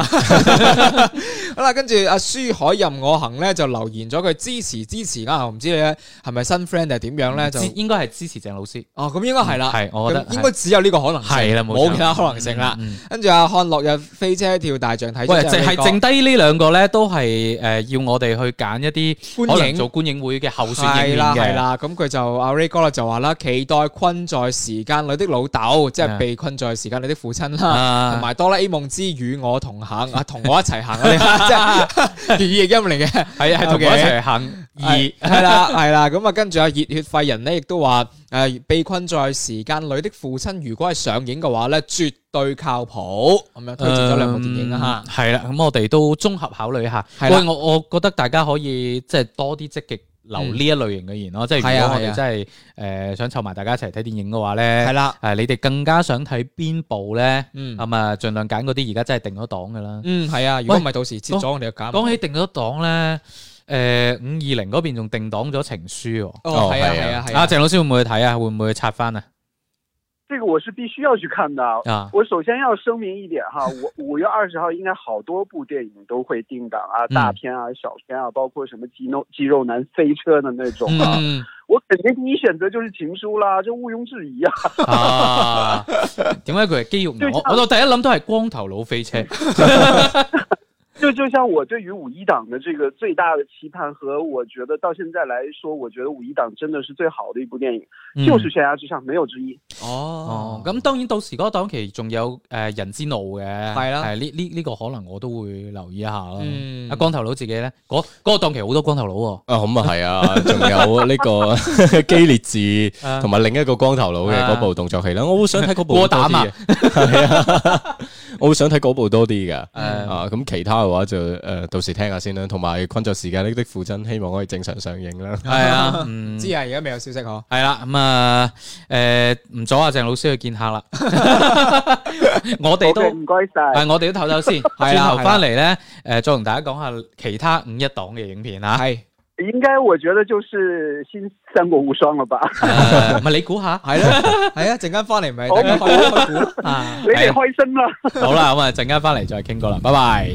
[SPEAKER 3] 好啦，跟住阿舒海任我行咧就留言咗佢支持支持啊啦，我唔知你咧係咪新 friend 定係點樣咧就
[SPEAKER 2] 支應該係支持鄭老師
[SPEAKER 3] 哦咁應該係啦，
[SPEAKER 2] 嗯係我覺得
[SPEAKER 3] 咁應該只有呢個可能性，
[SPEAKER 2] 係啦冇錯
[SPEAKER 3] 冇其他可能性啦。
[SPEAKER 2] 嗯
[SPEAKER 3] 跟住阿漢落日飛車跳大象睇咗
[SPEAKER 2] 喂，
[SPEAKER 3] 之
[SPEAKER 2] 淨
[SPEAKER 3] 後呢個，
[SPEAKER 2] 係剩低呢兩個咧，都係诶要我哋去揀一啲
[SPEAKER 3] 觀影
[SPEAKER 2] 可能做觀影會嘅候選影
[SPEAKER 3] 係
[SPEAKER 2] 片
[SPEAKER 3] 啦係
[SPEAKER 2] 嘅，
[SPEAKER 3] 啦，咁佢就阿 Ray 哥啦就話啦，期待困在時間裏的老豆，即
[SPEAKER 2] 啊
[SPEAKER 3] 係被困在時間裏的父親啦。 同
[SPEAKER 2] 啊
[SPEAKER 3] 埋哆啦 A 夢之與我同行啊，同我一齊行啊，你即係粵語譯音嚟嘅。
[SPEAKER 2] 係啊，係同我一
[SPEAKER 3] OK
[SPEAKER 2] 齊行二
[SPEAKER 3] 系啦系啦，咁啊跟住啊熱血廢人咧，亦都話诶被困在時間裏的父親，如果係上映嘅話咧，絕對靠譜。咁樣推薦咗兩部電影啊
[SPEAKER 2] 嗯係啦，咁我哋都綜合考慮一下。
[SPEAKER 3] 係啦
[SPEAKER 2] 喂，我我覺得大家可以即係多啲積極留呢一類型嘅言咯。即係
[SPEAKER 3] 嗯係
[SPEAKER 2] 如
[SPEAKER 3] 啊
[SPEAKER 2] 果我
[SPEAKER 3] 係
[SPEAKER 2] 哋
[SPEAKER 3] 啊
[SPEAKER 2] 真係誒想湊埋大家一齊睇電影嘅話
[SPEAKER 3] 吓，
[SPEAKER 2] 咧，
[SPEAKER 3] 係啦，
[SPEAKER 2] 誒你哋更加想睇邊部咧？
[SPEAKER 3] 嗯
[SPEAKER 2] 咁啊，盡量揀嗰啲而家真係定咗檔嘅啦。
[SPEAKER 3] 嗯係啊，如果唔係到時切咗我哋就減。
[SPEAKER 2] 哦講起定咗檔咧，誒五二零嗰邊仲定檔咗情書喎。
[SPEAKER 3] 哦係啊
[SPEAKER 4] 哦係啊
[SPEAKER 3] 係啊係
[SPEAKER 2] 阿
[SPEAKER 3] 啊，
[SPEAKER 2] 鄭老師會唔會去睇啊？會唔會去拆翻啊？
[SPEAKER 5] 这个我是必须要去看的。
[SPEAKER 2] 啊，
[SPEAKER 5] 我首先要声明一点 哈，我五月二十号应该好多部电影都会定档啊，
[SPEAKER 2] 嗯
[SPEAKER 5] 大片啊、小片啊，包括什么肌肉肌肉男飞车的那种啊。
[SPEAKER 2] 嗯，
[SPEAKER 5] 我肯定第一选择就是情书啦，这毋庸置疑啊。
[SPEAKER 2] 啊，點解佢係肌肉男？
[SPEAKER 5] 對
[SPEAKER 2] 我我到第一諗都係光頭佬飛車。
[SPEAKER 5] 就就像我对于五一档的这个最大的期盼和我觉得到现在来说，我觉得五一档真的是最好的一部电影，
[SPEAKER 2] 嗯
[SPEAKER 5] 就是《悬崖之上》，没有之一。
[SPEAKER 2] 哦
[SPEAKER 3] 哦，
[SPEAKER 2] 咁當然到時嗰個檔期仲有诶人之怒嘅，
[SPEAKER 3] 係啦
[SPEAKER 2] 係呢呢呢個可能我都會留意一下咯。
[SPEAKER 3] 嗯
[SPEAKER 2] 阿光頭佬自己咧，嗰嗰個檔期好多光頭佬喎。
[SPEAKER 4] 啊，咁啊係 啊，仲有呢個 激烈字，
[SPEAKER 2] 啊
[SPEAKER 4] 同埋另一個光頭佬嘅
[SPEAKER 2] 啊
[SPEAKER 4] 嗰部動作戲啦，我好想睇 嗰部
[SPEAKER 2] 過
[SPEAKER 4] 多
[SPEAKER 2] 膽
[SPEAKER 4] 啲
[SPEAKER 2] 啊
[SPEAKER 4] 嘅，係啊，我好想睇嗰部多啲噶。
[SPEAKER 2] 誒
[SPEAKER 4] 啊，咁其他嘅話就诶，到時聽下先啦。同埋《困在時間的父親》，希望可以正常上映 啦。
[SPEAKER 2] 係啊，嗯
[SPEAKER 3] 知啊，而家未有消息嗬。
[SPEAKER 2] 系啦，咁啊，诶，唔阻阿鄭老師去見客啦。 我哋都
[SPEAKER 5] OK，唔该晒。
[SPEAKER 2] 系我哋都唞唞先， 轉
[SPEAKER 3] 係啦
[SPEAKER 2] 頭翻嚟咧，诶，再同大家講下其他五一檔嘅影片啊。
[SPEAKER 3] 系
[SPEAKER 5] 应该我觉得就是新《三国无双》了吧？
[SPEAKER 2] 誒咪你估 下
[SPEAKER 3] 系啦，系啊，阵间翻嚟
[SPEAKER 2] 哎
[SPEAKER 3] 咪大 家開 開估。
[SPEAKER 2] 啊
[SPEAKER 5] 你哋開心啦！
[SPEAKER 2] 好啦，咁啊，陣間翻嚟再傾過啦，拜拜。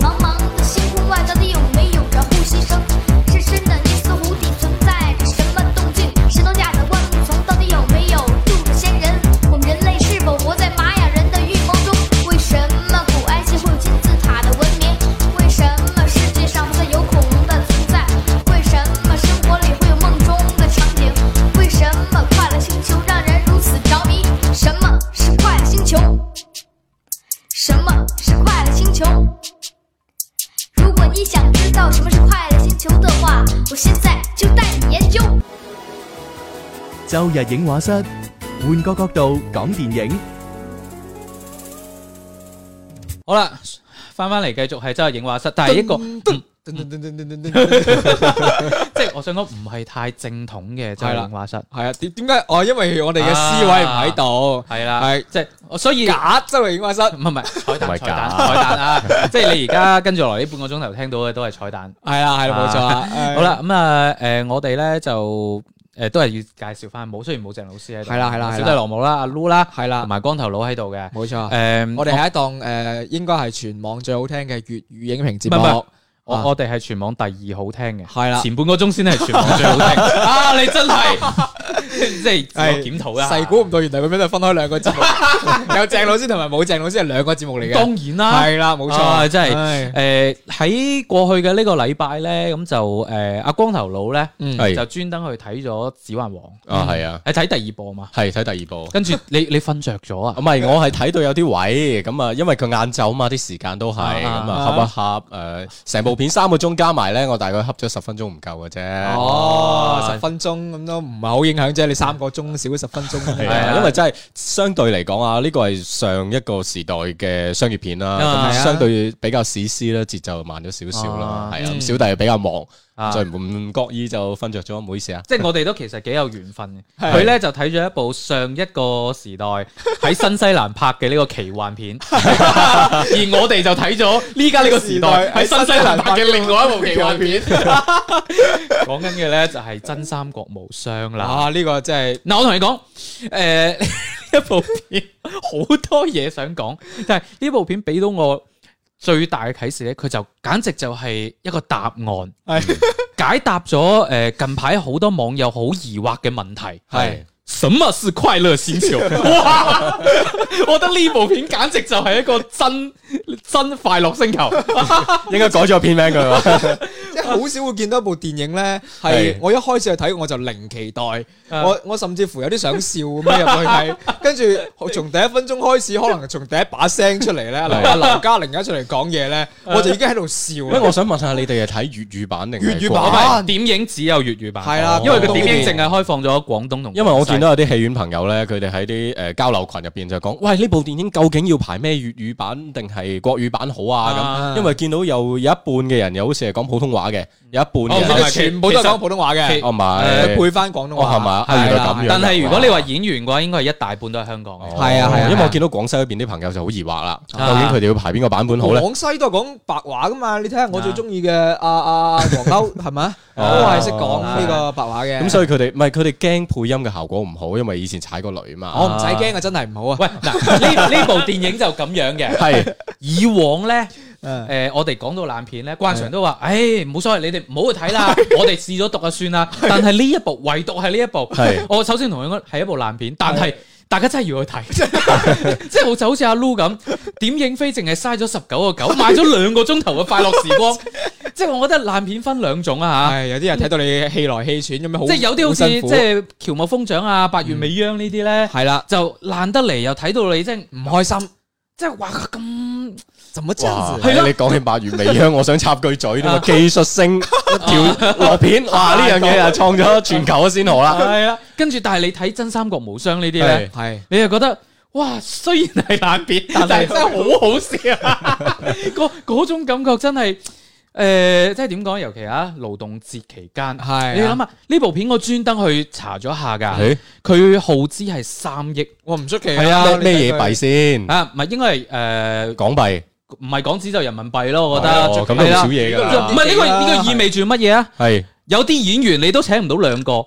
[SPEAKER 1] 茫茫的星空外，到底有没有人呼吸声？深深的尼斯湖底存在着什么动静？石头架着灌木丛，到底有没有住着仙人？我们人类是否活在玛雅人的预谋中？为什么古埃及会有金字塔的文明？为什么世界上不再有恐龙的存在？为什么生活里会有梦中的场景？为什么快乐星球让人如此着迷？什么是快乐星球？什么是快乐星球？如果你想知道什么是快乐星球的话，我现在就带你研究。
[SPEAKER 6] 周日影画室，换个角度讲电影。
[SPEAKER 2] 好啦，翻翻嚟繼續係真係影畫室，但係一個
[SPEAKER 3] 噔噔噔噔噔噔噔
[SPEAKER 2] 即係我想講唔係太正統嘅真係影畫室，
[SPEAKER 3] 係啊，點點解？哦，因為我哋嘅思維唔喺度，
[SPEAKER 2] 係啦，
[SPEAKER 3] 係
[SPEAKER 2] 即係我所以。
[SPEAKER 3] 假周圍影畫室。
[SPEAKER 2] 唔係唔係彩
[SPEAKER 4] 唔
[SPEAKER 2] 蛋
[SPEAKER 4] 係
[SPEAKER 2] 彩蛋
[SPEAKER 4] 假
[SPEAKER 2] 彩蛋 啊！即係你而家跟住落嚟呢半個鐘頭聽到嘅都係彩蛋。
[SPEAKER 3] 係啦，係啦，冇錯啊。
[SPEAKER 2] 好，啦，咁啊誒，我哋咧就誒都係要介紹翻冇，雖然冇鄭老師喺度，
[SPEAKER 3] 係啦係啦係啦
[SPEAKER 2] 小弟羅姆啦、阿 Lu 啦，
[SPEAKER 3] 係啦
[SPEAKER 2] 同，埋光頭佬喺度嘅。
[SPEAKER 3] 冇錯。
[SPEAKER 2] 誒，
[SPEAKER 3] 我哋係一檔诶，應該係全網最好聽嘅粵語影評節
[SPEAKER 2] 唔係唔
[SPEAKER 3] 目。
[SPEAKER 2] 我
[SPEAKER 3] 啊
[SPEAKER 2] 我哋係全網第二好聽嘅，
[SPEAKER 3] 係啦
[SPEAKER 2] 前半個鐘先係全網最好 聽啊！你真係即係自我
[SPEAKER 3] 係
[SPEAKER 2] 檢討啊！
[SPEAKER 3] 細估唔到，原來咁樣都係分開兩個節目，有鄭老師同埋冇鄭老師係兩個節目嚟嘅。
[SPEAKER 2] 當然啦，
[SPEAKER 3] 係啦，冇
[SPEAKER 2] 啊
[SPEAKER 3] 錯，
[SPEAKER 2] 真係
[SPEAKER 3] 係。
[SPEAKER 2] 誒喺過去嘅呢個禮拜咧，咁就誒阿光頭佬咧
[SPEAKER 3] 嗯
[SPEAKER 4] 係
[SPEAKER 2] 就專登去睇咗《指環王》，嗯
[SPEAKER 4] 啊，係啊，
[SPEAKER 2] 係睇第二部嘛，
[SPEAKER 4] 係睇第二部。
[SPEAKER 2] 跟住你你瞓着咗啊
[SPEAKER 4] 唔？係，我係睇到有啲位咁啊，因為佢晏晝嘛，啲時間都係咁
[SPEAKER 2] 啊
[SPEAKER 4] 啊，恰一恰诶，成部片三個鐘加埋咧，我大概恰咗十分鐘唔夠嘅啫。
[SPEAKER 3] 哦，十分鐘咁都唔係好影響啫，你三個鐘少咗十分鐘。
[SPEAKER 4] 係
[SPEAKER 2] 係啊
[SPEAKER 4] 啊，因為真係相對嚟講啊，呢個 係上一個時代嘅商業片啦，
[SPEAKER 2] 啊
[SPEAKER 4] 咁相對比較史詩啦，節奏慢咗少少啦
[SPEAKER 2] 啊，
[SPEAKER 4] 係啊，
[SPEAKER 3] 嗯
[SPEAKER 4] 咁小弟比較忙，
[SPEAKER 2] 啊
[SPEAKER 4] 就唔覺意就瞓着咗，唔好意思啊。
[SPEAKER 2] 即係我哋都其實幾有緣分嘅。
[SPEAKER 3] 係
[SPEAKER 2] 佢咧就睇咗一部上一個時代喺新西蘭拍嘅呢個奇幻片， 而我哋就睇咗呢家呢個時代喺新西蘭拍嘅另外一部奇幻片。講緊嘅咧就係《真三國無雙》啦。
[SPEAKER 3] 啊，呢個真係
[SPEAKER 2] 嗱，我同你講，诶、呢一部片好多嘢想講，但係呢部片俾到我最大嘅啟示咧，佢就簡直就係一個答案。解答咗诶、呃近排好多網友好疑惑嘅問題，
[SPEAKER 3] 係
[SPEAKER 2] 什麼是快樂星 球？哇！我覺得呢部片簡直就係一個真真快樂星球，
[SPEAKER 4] 應該改咗片名佢 話。
[SPEAKER 3] 即係好少會見到一部電影咧，係
[SPEAKER 4] 係
[SPEAKER 3] 我一開始去睇我就零期待，
[SPEAKER 2] 啊
[SPEAKER 3] 我我甚至乎有啲想笑咁樣入去 睇，跟住從第一分鐘開始，可能從第一把聲出嚟咧，劉劉嘉玲一出嚟講嘢咧，我就已經喺度
[SPEAKER 4] 喂，
[SPEAKER 3] 笑啦。
[SPEAKER 4] 我想問下你哋係睇粵語版定係
[SPEAKER 3] 粵語
[SPEAKER 4] 國
[SPEAKER 3] 版哦
[SPEAKER 4] 語
[SPEAKER 2] 唔係點影只有粵語版，
[SPEAKER 3] 係啦
[SPEAKER 2] 因為佢
[SPEAKER 4] 廣東
[SPEAKER 2] 點影淨係開放咗廣東同，
[SPEAKER 4] 因為我見。到有啲戲院朋友咧，佢哋喺啲誒交流群入邊就講：，喂，呢部電影究竟要排咩粵語版定係國語版好啊？
[SPEAKER 2] 啊
[SPEAKER 4] 咁，因為見到有有一半嘅人又好似係講普通話嘅，有一半
[SPEAKER 2] 哦唔
[SPEAKER 4] 嘅
[SPEAKER 3] 佢
[SPEAKER 4] 人
[SPEAKER 2] 係
[SPEAKER 3] 哋全部都係講普通話
[SPEAKER 2] 其
[SPEAKER 3] 嘅
[SPEAKER 2] 實，
[SPEAKER 4] 哦唔
[SPEAKER 3] 佢
[SPEAKER 4] 係
[SPEAKER 3] 配翻廣東
[SPEAKER 4] 哦
[SPEAKER 3] 話
[SPEAKER 4] 係嘛，
[SPEAKER 3] 係啦
[SPEAKER 4] 啊原來咁樣。
[SPEAKER 2] 但係如果你話演員嘅話，應該係一大半都係香港嘅。
[SPEAKER 3] 係啊係啊
[SPEAKER 4] 哦因為我見到廣西嗰邊啲朋友就好疑惑啦，究
[SPEAKER 2] 啊
[SPEAKER 4] 竟佢哋要排邊個版本好咧？
[SPEAKER 3] 廣西都係講白話噶嘛，你睇下我最中意嘅阿 阿黃歐係咪啊都係識講呢個白話嘅。
[SPEAKER 4] 咁所以佢哋唔係佢哋驚配音嘅效果唔好，因為以前踩過雷啊
[SPEAKER 3] 我
[SPEAKER 4] 嘛。
[SPEAKER 3] 唔使驚啊，真係唔好啊。
[SPEAKER 2] 喂，嗱呢呢部電影就咁樣嘅。
[SPEAKER 4] 係
[SPEAKER 2] 以往咧，
[SPEAKER 3] 嗯
[SPEAKER 2] 诶、我哋講到爛片咧，關 Sir 都話：，诶，冇所謂，你哋唔好去睇啦，我哋試咗讀就算啦。但係呢一部，唯獨係呢一
[SPEAKER 4] 係
[SPEAKER 2] 部，我首先同佢講係一部爛片，但係大家真係要去睇， 即係好就好似阿 Lu 咁，點影飛淨係嘥咗十九個九，買咗兩個鐘頭嘅快樂時光。即係我覺得爛片分兩種啊
[SPEAKER 3] 系有啲人睇到你氣來氣喘咁樣，好
[SPEAKER 2] 吓，即係有啲好似
[SPEAKER 3] 辛
[SPEAKER 2] 即
[SPEAKER 3] 苦
[SPEAKER 2] 係喬木風掌啊、八月美央呢啲咧，
[SPEAKER 3] 係啦，
[SPEAKER 2] 就爛得嚟又睇到你即係嗯
[SPEAKER 3] 唔開心，
[SPEAKER 2] 即係哇
[SPEAKER 3] 嗯
[SPEAKER 2] 咁。
[SPEAKER 3] 怎麼這
[SPEAKER 4] 哇！
[SPEAKER 3] 樣
[SPEAKER 4] 係
[SPEAKER 3] 子？
[SPEAKER 4] 啊你講起八月尾香，我想插句嘴添啊！技術性一條落片，哇！呢樣嘢啊，創咗全球嘅先河啦。
[SPEAKER 2] 系啦，跟住但系你睇《真三國無雙》呢啲咧
[SPEAKER 4] 係，
[SPEAKER 3] 係
[SPEAKER 2] 你就覺得哇，雖然係爛片，但係真係好好笑啊！嗰嗰種感覺真係诶、呃即係點講？尤其啊，勞動節期間，
[SPEAKER 3] 係
[SPEAKER 2] 你諗下呢部片，我專登去查咗下㗎，
[SPEAKER 4] 誒
[SPEAKER 2] 佢耗資係三億
[SPEAKER 3] 我唔出奇
[SPEAKER 4] 係啊，
[SPEAKER 3] 你睇
[SPEAKER 4] 咩
[SPEAKER 3] 佢
[SPEAKER 4] 嘢幣先？
[SPEAKER 2] 啊，唔係應該係诶，
[SPEAKER 4] 港幣，
[SPEAKER 2] 唔係港紙就人民幣咯，我覺得
[SPEAKER 4] 哦咁都唔
[SPEAKER 2] 係啦啊
[SPEAKER 4] 少嘢㗎
[SPEAKER 2] 唔
[SPEAKER 4] 啦。
[SPEAKER 2] 係呢個呢、個意味住乜嘢啊？
[SPEAKER 4] 係
[SPEAKER 2] 有啲演員你都請唔到兩 個，有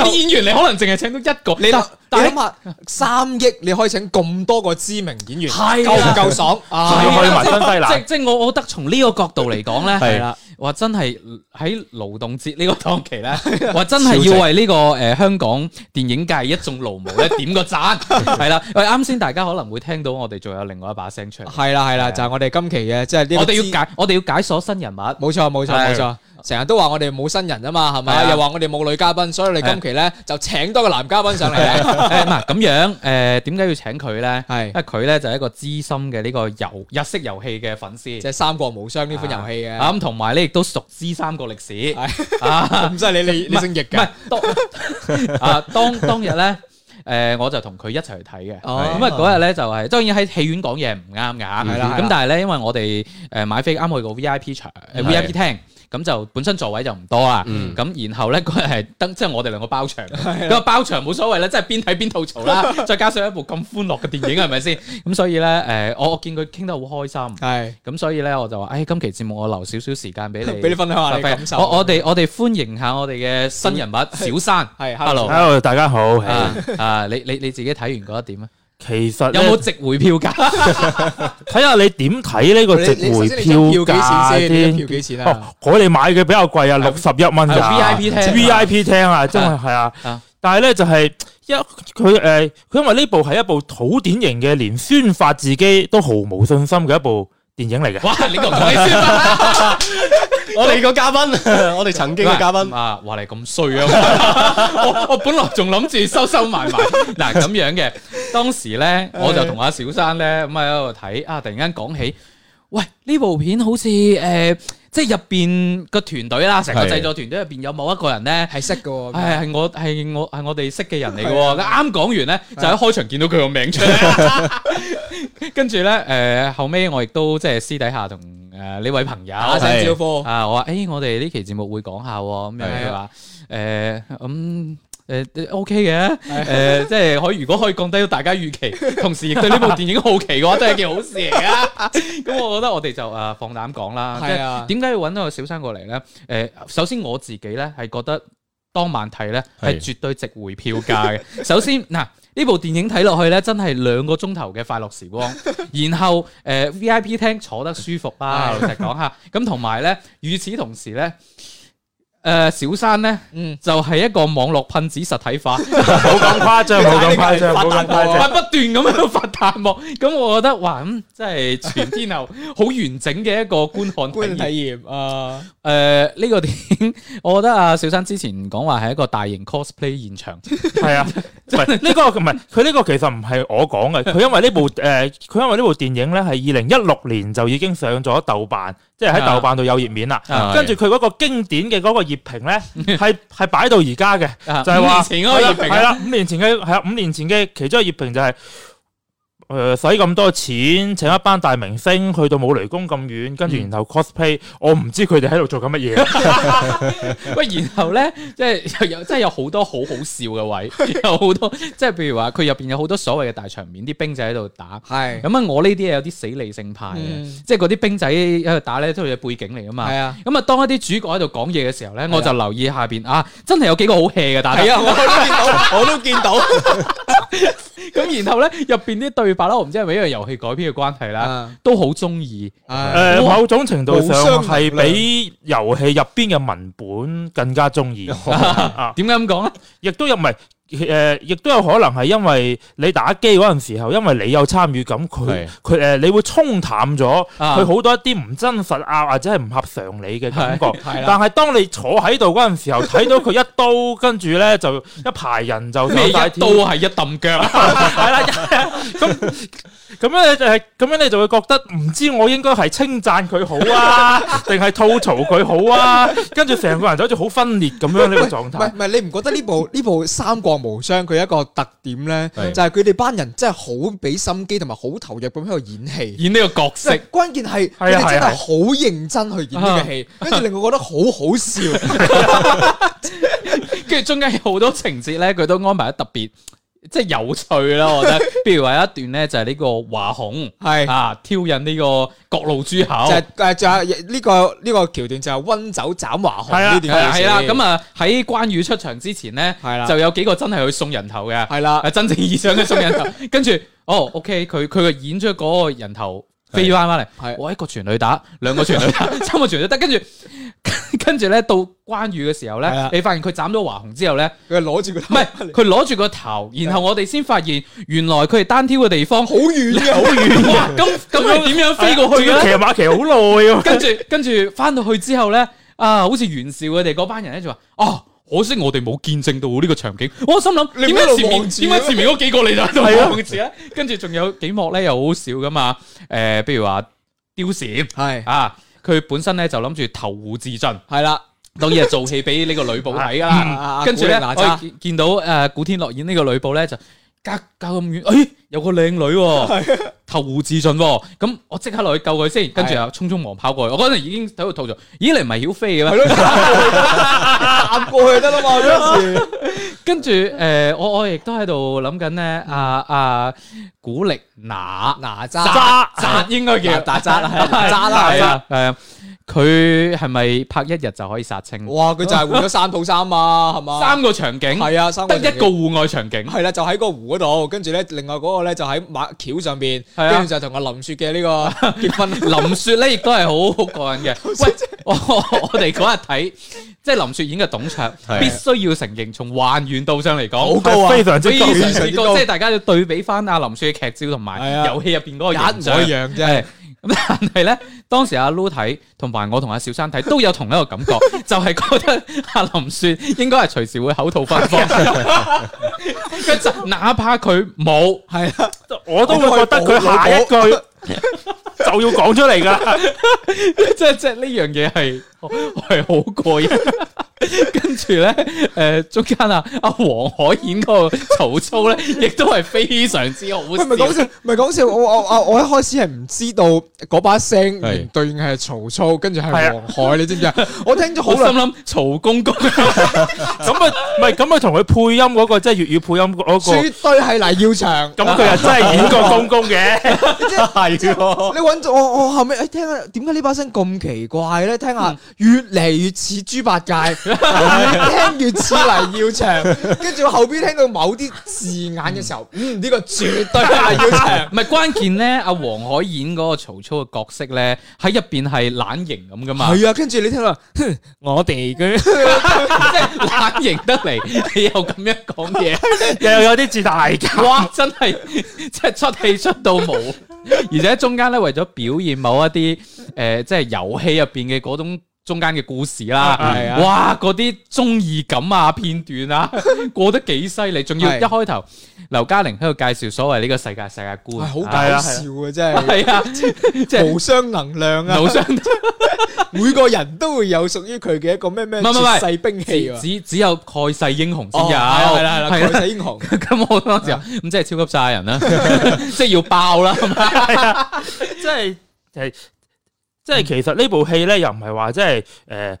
[SPEAKER 2] 啲演員你可能淨係請到一個。
[SPEAKER 3] 你
[SPEAKER 2] 但
[SPEAKER 3] 諗
[SPEAKER 2] 但係
[SPEAKER 3] 你諗下三億，你可以請咁多個知名演員，
[SPEAKER 2] 係
[SPEAKER 3] 夠唔
[SPEAKER 2] 啦
[SPEAKER 3] 夠爽
[SPEAKER 4] 仲
[SPEAKER 3] 啊？
[SPEAKER 4] 要去埋新西蘭，
[SPEAKER 2] 即即我我覺得從呢個角度嚟講咧，
[SPEAKER 4] 係
[SPEAKER 2] 係啦，話真係喺勞動節呢個檔期 咧，話真係要為呢個誒香港電影界一眾勞 模咧點個讚，係啦。喂，啱先大家可能會聽到我哋仲有另外一把聲出嚟，
[SPEAKER 3] 係啦係啦，就係我哋今期嘅即係呢個
[SPEAKER 2] 我哋
[SPEAKER 3] 知
[SPEAKER 2] 要解我哋要解鎖新 人物，
[SPEAKER 3] 冇錯冇錯
[SPEAKER 2] 係
[SPEAKER 3] 冇錯，成日都話我哋冇新人啊嘛，係咪
[SPEAKER 2] 係啊
[SPEAKER 3] 啊？又話我哋冇女嘉賓，所以我哋今期咧就請多個男嘉賓上嚟 啦。
[SPEAKER 2] 誒嗱咁樣誒點解要請佢咧？
[SPEAKER 3] 係
[SPEAKER 2] 因為佢咧就係一個資深嘅呢個遊日式遊戲嘅粉絲
[SPEAKER 3] 即。係《三國無雙》呢款遊戲嘅。
[SPEAKER 2] 啊咁同埋咧亦都熟知三國歷史啊，
[SPEAKER 3] 咁即係你你你姓易
[SPEAKER 2] 唔
[SPEAKER 3] 㗎
[SPEAKER 2] 係？當啊當當日咧。誒我就同佢一齊去睇嘅，咁
[SPEAKER 3] 哦
[SPEAKER 2] 啊嗰日咧就係當然喺戲院講嘢唔啱㗎，嗯
[SPEAKER 3] 係啦係
[SPEAKER 2] 咁
[SPEAKER 3] 啦
[SPEAKER 2] 但係咧因為我哋誒買飛啱去個 V I P 場誒
[SPEAKER 4] 係
[SPEAKER 2] V I P 廳，咁就本身座位就唔多啦，
[SPEAKER 4] 嗯
[SPEAKER 2] 咁然後咧嗰日係登即係我哋兩個包場，咁啊包場冇所謂啦，即係邊睇邊吐槽啦，再加上一部咁歡樂嘅電影係咪先？咁所以咧誒我我見佢傾得好開心，
[SPEAKER 3] 係
[SPEAKER 2] 咁所以咧，我就話：，誒，今期節目我留少少時間俾你，
[SPEAKER 3] 俾你分享下啊你嘅感受
[SPEAKER 2] 我我哋我哋歡迎下我哋嘅新人物小山，
[SPEAKER 3] 係
[SPEAKER 2] hello
[SPEAKER 7] 大家好。
[SPEAKER 2] 啊啊！你你你自己睇完覺得點啊？
[SPEAKER 7] 其實
[SPEAKER 2] 有
[SPEAKER 7] 有
[SPEAKER 2] 冇
[SPEAKER 7] 冇
[SPEAKER 2] 值回票價？
[SPEAKER 7] 睇下你點睇呢個值
[SPEAKER 3] 你你
[SPEAKER 7] 回
[SPEAKER 3] 首先你張票
[SPEAKER 7] 價
[SPEAKER 3] 幾錢先？你張票
[SPEAKER 7] 先？
[SPEAKER 3] 幾錢啊
[SPEAKER 7] 哦？，我哋買嘅比較貴啊，六十一蚊
[SPEAKER 2] 係
[SPEAKER 7] 咋
[SPEAKER 2] VIP 廳
[SPEAKER 7] VIP 廳啊，真係係
[SPEAKER 2] 啊
[SPEAKER 7] 啊。但係咧就係一佢誒，佢因為呢部係一部好典型嘅，連宣發自己都毫無信心嘅一部電影嚟嘅。
[SPEAKER 2] 哇！你同佢先啊
[SPEAKER 4] 我哋個嘉賓， 我哋曾經嘅嘉賓，
[SPEAKER 2] 啊！哇！你咁 衰啊！我我本來仲諗住收收埋埋嗱咁樣嘅，當時咧我就同阿小山咧咁喺度睇啊，突然間講起，喂呢部片好似誒。即係入邊個團隊啦，成個
[SPEAKER 4] 係
[SPEAKER 2] 製作團隊入邊有某一個人咧，
[SPEAKER 3] 係識嘅喎。
[SPEAKER 2] 系系我係我係我哋識嘅人嚟嘅喎，啱講完咧就喺開場見到佢個名出嚟，跟住咧诶後尾我亦都即係私底下同诶呢位朋友
[SPEAKER 3] 打聲招呼，
[SPEAKER 2] 啊，我話诶我哋呢期節目會講下喎，咁樣佢話诶咁。誒、OK 嘅，誒、即係啊可以如果可以降低到大家預期， 同時亦對呢部電影好奇嘅話，都係一件好事嚟啊！咁我覺得我哋就誒、啊放膽講啦，即係
[SPEAKER 3] 係啊，
[SPEAKER 2] 點解要揾到個小生過嚟呢？誒、呃首先我自己呢係覺得當晚睇呢係
[SPEAKER 4] 係
[SPEAKER 2] 絕對值回票價嘅。 首先嗱，呢部電影睇落去呢，真係兩個鐘頭嘅快樂時光，然後誒、V 呃 I P 廳坐得舒服啦，老實講下。咁同埋呢，與此同時呢，誒、呃小生呢
[SPEAKER 3] 嗯，
[SPEAKER 2] 就係、一個網絡噴子實體化。
[SPEAKER 7] 冇咁誇張，冇咁誇 張，冇咁誇
[SPEAKER 2] 係
[SPEAKER 7] 張。
[SPEAKER 2] 不斷咁樣發彈幕，咁我覺得哇，咁、真係全天候好完整嘅一個觀看體
[SPEAKER 3] 觀
[SPEAKER 2] 驗
[SPEAKER 3] 影體驗啊，
[SPEAKER 2] 呃誒呢、個電影， 我覺得啊，小生之前講話係一個大型 cosplay 現場，
[SPEAKER 7] 係啊，唔係呢個唔係佢呢個其實唔係我講嘅，佢因為呢部誒佢因為呢部電影咧係二零一六年就已經上咗豆瓣，即係喺豆瓣度有頁面啦。
[SPEAKER 2] 啊
[SPEAKER 7] 跟住佢嗰個經典嘅嗰個熱評咧，係係擺到而家嘅，
[SPEAKER 2] 啊
[SPEAKER 7] 就係話
[SPEAKER 2] 五年前嗰個熱評
[SPEAKER 7] 係啦，五年前嘅係啊，五年前嘅其中一個熱評就係誒使咁多錢請一班大明星去到冇雷公咁遠，跟住
[SPEAKER 2] 嗯
[SPEAKER 7] 然後 cosplay，我唔知佢哋喺度做緊乜嘢。
[SPEAKER 2] 喂，然後咧， 即係又有，即係有好多好好笑嘅 位，有好多即係譬如話佢入邊有好多所謂嘅大場面，啲兵仔喺度打。
[SPEAKER 3] 係
[SPEAKER 2] 咁啊，我呢啲嘢有啲死理性派嘅，
[SPEAKER 3] 嗯
[SPEAKER 2] 即係嗰啲兵仔喺度打咧都係背景嚟噶嘛。
[SPEAKER 3] 係啊。
[SPEAKER 2] 咁啊，當一啲主角喺度講嘢嘅時候咧，我就留意下邊啊，真係有幾個好 hea 嘅打得。
[SPEAKER 3] 係啊，我都見到，我都見到。
[SPEAKER 2] 咁然後咧入边啲對白啦，我唔知係咪因為遊戲改編嘅關係啦，
[SPEAKER 3] 啊
[SPEAKER 2] 都好中意。
[SPEAKER 3] 啊
[SPEAKER 7] 诶，
[SPEAKER 2] 哇
[SPEAKER 7] 呃某種程度上
[SPEAKER 3] 無
[SPEAKER 2] 啊
[SPEAKER 3] 相
[SPEAKER 7] 係
[SPEAKER 3] 力量
[SPEAKER 7] 比遊戲入邊嘅文本更加中 意啊！
[SPEAKER 2] 點解咁講咧？
[SPEAKER 7] 亦都有唔係誒，亦都有可能係因為你打機嗰陣時候，因為你有參與感，佢
[SPEAKER 4] 係
[SPEAKER 7] 佢誒，你會沖淡咗
[SPEAKER 2] 啊
[SPEAKER 7] 佢好多一啲唔真實啊，或者係唔合常理嘅感覺。
[SPEAKER 2] 係啦，
[SPEAKER 7] 但係當你坐喺度嗰陣時候，睇到佢一刀，跟住咧就一排人就
[SPEAKER 2] 咩
[SPEAKER 7] 走
[SPEAKER 2] 一
[SPEAKER 7] 晒
[SPEAKER 2] 刀
[SPEAKER 7] 天
[SPEAKER 2] 係一揼腳，啊
[SPEAKER 7] 係啦，咁咁樣你就係咁樣，你就會覺得唔知我應該係稱讚佢好 啊，定係吐槽佢好啊？跟住成個人就好似好分裂咁樣呢個狀
[SPEAKER 3] 唔係
[SPEAKER 7] 態
[SPEAKER 3] 唔。係，你唔覺得呢部呢部《三國無雙》佢一個特點咧，
[SPEAKER 4] 係
[SPEAKER 3] 就係佢哋班人真係好俾心機同埋好投入咁喺度演戲。
[SPEAKER 2] 演呢個角色
[SPEAKER 3] 即係。關鍵係佢
[SPEAKER 7] 係啊
[SPEAKER 3] 哋真
[SPEAKER 7] 係啊
[SPEAKER 3] 係好認真去演呢個戲，跟住令我覺得好好笑。
[SPEAKER 2] 跟住中間有好多情節咧，佢都安排得特別即係有趣啦，我覺得。譬如話有一段咧，就係呢個華雄
[SPEAKER 3] 係
[SPEAKER 2] 啊挑引呢個各路諸
[SPEAKER 3] 就
[SPEAKER 2] 侯。
[SPEAKER 3] 係誒，就係呢個呢個橋段就係温酒斬華雄
[SPEAKER 7] 係啊
[SPEAKER 2] 系
[SPEAKER 3] 呢段故
[SPEAKER 2] 啦，
[SPEAKER 3] 事
[SPEAKER 2] 係啦咁啊喺關羽出場之前咧
[SPEAKER 3] 係啦，
[SPEAKER 2] 就有幾個真係去送人頭嘅，
[SPEAKER 3] 係啦，
[SPEAKER 2] 啊真正意義上嘅送 人頭。跟住哦，OK，佢佢嘅演出嗰個人頭飛翻翻嚟
[SPEAKER 3] 係，
[SPEAKER 2] 我一個全女打，兩個全女 打，三個全女打，跟住跟住咧到關羽嘅時候
[SPEAKER 3] 係
[SPEAKER 2] 咧
[SPEAKER 3] 啊，
[SPEAKER 2] 你發現佢斬咗華雄之後咧，
[SPEAKER 3] 佢 係攞住個
[SPEAKER 2] 唔
[SPEAKER 3] 頭
[SPEAKER 2] 係佢攞住個頭，然後我哋先發現原來佢哋單挑嘅地方
[SPEAKER 3] 好遠嘅，好遠。
[SPEAKER 2] 哇，咁咁係點樣飛過去啊嘅咧
[SPEAKER 7] 仲要騎？馬騎好耐
[SPEAKER 3] 啊
[SPEAKER 7] 喎。
[SPEAKER 2] 跟住跟住翻到去之後咧，啊，好似袁紹佢哋嗰班人咧就話，啊，可惜我哋冇見證到呢個場景。我心諗，
[SPEAKER 3] 你
[SPEAKER 2] 點
[SPEAKER 3] 咪一路
[SPEAKER 2] 解前面
[SPEAKER 3] 望住啊
[SPEAKER 2] 點解
[SPEAKER 3] 咯
[SPEAKER 2] 前面嗰幾個你就喺度
[SPEAKER 7] 係啊
[SPEAKER 2] 望住咧？跟住仲有幾幕咧又好笑噶嘛？誒，譬如話貂蟬
[SPEAKER 3] 係
[SPEAKER 2] 啊，佢本身咧就諗住投湖自盡，
[SPEAKER 3] 係啦，
[SPEAKER 2] 當然係做戲俾呢個呂布睇噶啦。
[SPEAKER 3] 啊
[SPEAKER 2] 跟住咧，
[SPEAKER 3] 古力娜
[SPEAKER 2] 我
[SPEAKER 3] 扎
[SPEAKER 2] 見見到誒古天樂演呢個呂布咧，就隔隔咁遠，誒有個靚女
[SPEAKER 3] 啊
[SPEAKER 2] 喎，投湖自盡喎，咁我即刻落去救佢先，跟住又匆匆忙跑過去，我嗰陣已經喺度吐槽，咦你唔係曉飛嘅
[SPEAKER 3] 係
[SPEAKER 2] 咩？
[SPEAKER 3] 咯，攬過去得啦嘛嗰時。
[SPEAKER 2] 跟住誒，我我亦都喺度諗緊咧，
[SPEAKER 3] 嗯
[SPEAKER 2] 啊啊古力娜
[SPEAKER 3] 哪
[SPEAKER 2] 扎
[SPEAKER 3] 吒
[SPEAKER 2] 扎應該 叫
[SPEAKER 3] 哪 吒啦，
[SPEAKER 2] 扎啦，
[SPEAKER 3] 渣啦，
[SPEAKER 2] 係啊係啊，佢係咪拍一日就可以殺青？
[SPEAKER 3] 嗯哇！佢就係換咗三套衫 啊，係嘛？
[SPEAKER 2] 三個場景，
[SPEAKER 3] 係啊，三
[SPEAKER 2] 得一個戶外場景，
[SPEAKER 3] 係啦，啊就喺個湖嗰度，跟住咧，另外嗰個咧就喺馬橋上邊，
[SPEAKER 2] 係啊
[SPEAKER 3] 跟住就同阿林雪嘅呢 個結婚。
[SPEAKER 2] 林雪咧亦都係好好過 癮嘅。喂，我我我哋嗰日睇，即係林雪演嘅董卓，必須要承認，從還原度上嚟講，
[SPEAKER 3] 高啊
[SPEAKER 7] 非常之
[SPEAKER 2] 非
[SPEAKER 7] 高。
[SPEAKER 2] 常
[SPEAKER 3] 非常
[SPEAKER 2] 之
[SPEAKER 3] 之
[SPEAKER 2] 高。
[SPEAKER 3] 高
[SPEAKER 2] 即係大家要對比翻阿林雪嘅劇照同
[SPEAKER 3] 係
[SPEAKER 2] 埋
[SPEAKER 3] 啊
[SPEAKER 2] 遊戲入邊嗰個
[SPEAKER 3] 一
[SPEAKER 2] 形
[SPEAKER 3] 模
[SPEAKER 2] 象
[SPEAKER 3] 一。樣
[SPEAKER 2] 係
[SPEAKER 3] 啫，
[SPEAKER 2] 咁但係咧，當時阿 Lu 睇，同埋我同阿小生睇，都有同一個感覺， 就係覺得阿林雪應該係隨時會口吐芬 芳。佢就哪怕佢冇。
[SPEAKER 3] 啊係啊啦，
[SPEAKER 7] 我都會覺得佢下一句 就要講出嚟噶。
[SPEAKER 2] 即係即係呢樣嘢係係好過癮。 跟住咧，誒、中間啊，阿黃海演嗰個曹操咧，亦都係非常之好
[SPEAKER 3] 喂
[SPEAKER 2] 笑
[SPEAKER 3] 唔係。講笑，唔係講笑，我我我我一開始係唔知道嗰把聲
[SPEAKER 4] 係
[SPEAKER 3] 原對應係曹操，跟住係
[SPEAKER 7] 係
[SPEAKER 3] 黃
[SPEAKER 7] 啊
[SPEAKER 3] 海，你知唔知啊？我聽咗好
[SPEAKER 2] 我心
[SPEAKER 3] 耐，
[SPEAKER 2] 諗曹公公
[SPEAKER 7] 咁啊，唔係咁啊，同佢配音嗰個即係粵語配音嗰
[SPEAKER 3] 絕對係黎耀祥。
[SPEAKER 7] 個，咁佢又真係演過公公 嘅。
[SPEAKER 4] 係咯，
[SPEAKER 3] 你揾咗我，我後尾誒哎聽下點解呢把聲咁奇怪咧？聽
[SPEAKER 2] 嗯
[SPEAKER 3] 下越嚟越似豬八 戒，越聽越似黎耀祥。跟住我後邊聽到某啲字眼嘅時候，嗯，呢個絕對係黎耀祥。
[SPEAKER 2] 唔係關鍵咧，阿黃海演嗰個曹操嘅角色咧，喺入邊係懶型咁噶嘛，
[SPEAKER 3] 係啊，跟住你聽到哼我哋嘅
[SPEAKER 2] 即係懶型得嚟，你又咁樣講 嘢。
[SPEAKER 7] 又有啲似大家。
[SPEAKER 2] 哇！真係即係出氣出到冇，而且中間咧為咗表現某一啲诶、呃即係遊戲入边嘅嗰種中間嘅故事啦，
[SPEAKER 3] 係啊
[SPEAKER 2] 哇！嗰啲中意感啊片 段啊，過得幾犀利，仲要
[SPEAKER 3] 係
[SPEAKER 2] 一開頭劉嘉玲喺度介紹所謂呢個世界世界
[SPEAKER 3] 係
[SPEAKER 2] 觀，
[SPEAKER 3] 好搞
[SPEAKER 7] 係啊
[SPEAKER 3] 笑啊，真係
[SPEAKER 2] 系啊，即係
[SPEAKER 3] 無雙能量啊！
[SPEAKER 2] 腦傷
[SPEAKER 3] 每個人都會有屬於佢嘅一個咩咩
[SPEAKER 2] 唔係唔係唔係
[SPEAKER 3] 絕世兵器啊！
[SPEAKER 2] 只只有蓋世英雄先
[SPEAKER 3] 哦
[SPEAKER 2] 有，
[SPEAKER 3] 係啦係啦，
[SPEAKER 2] 係啊
[SPEAKER 3] 係啦，蓋世英雄。
[SPEAKER 2] 咁我當時候咁即係超級晒人啦， 即係要爆啦，係咪
[SPEAKER 7] 即係係即係其實呢部戲咧，又唔係話即係誒，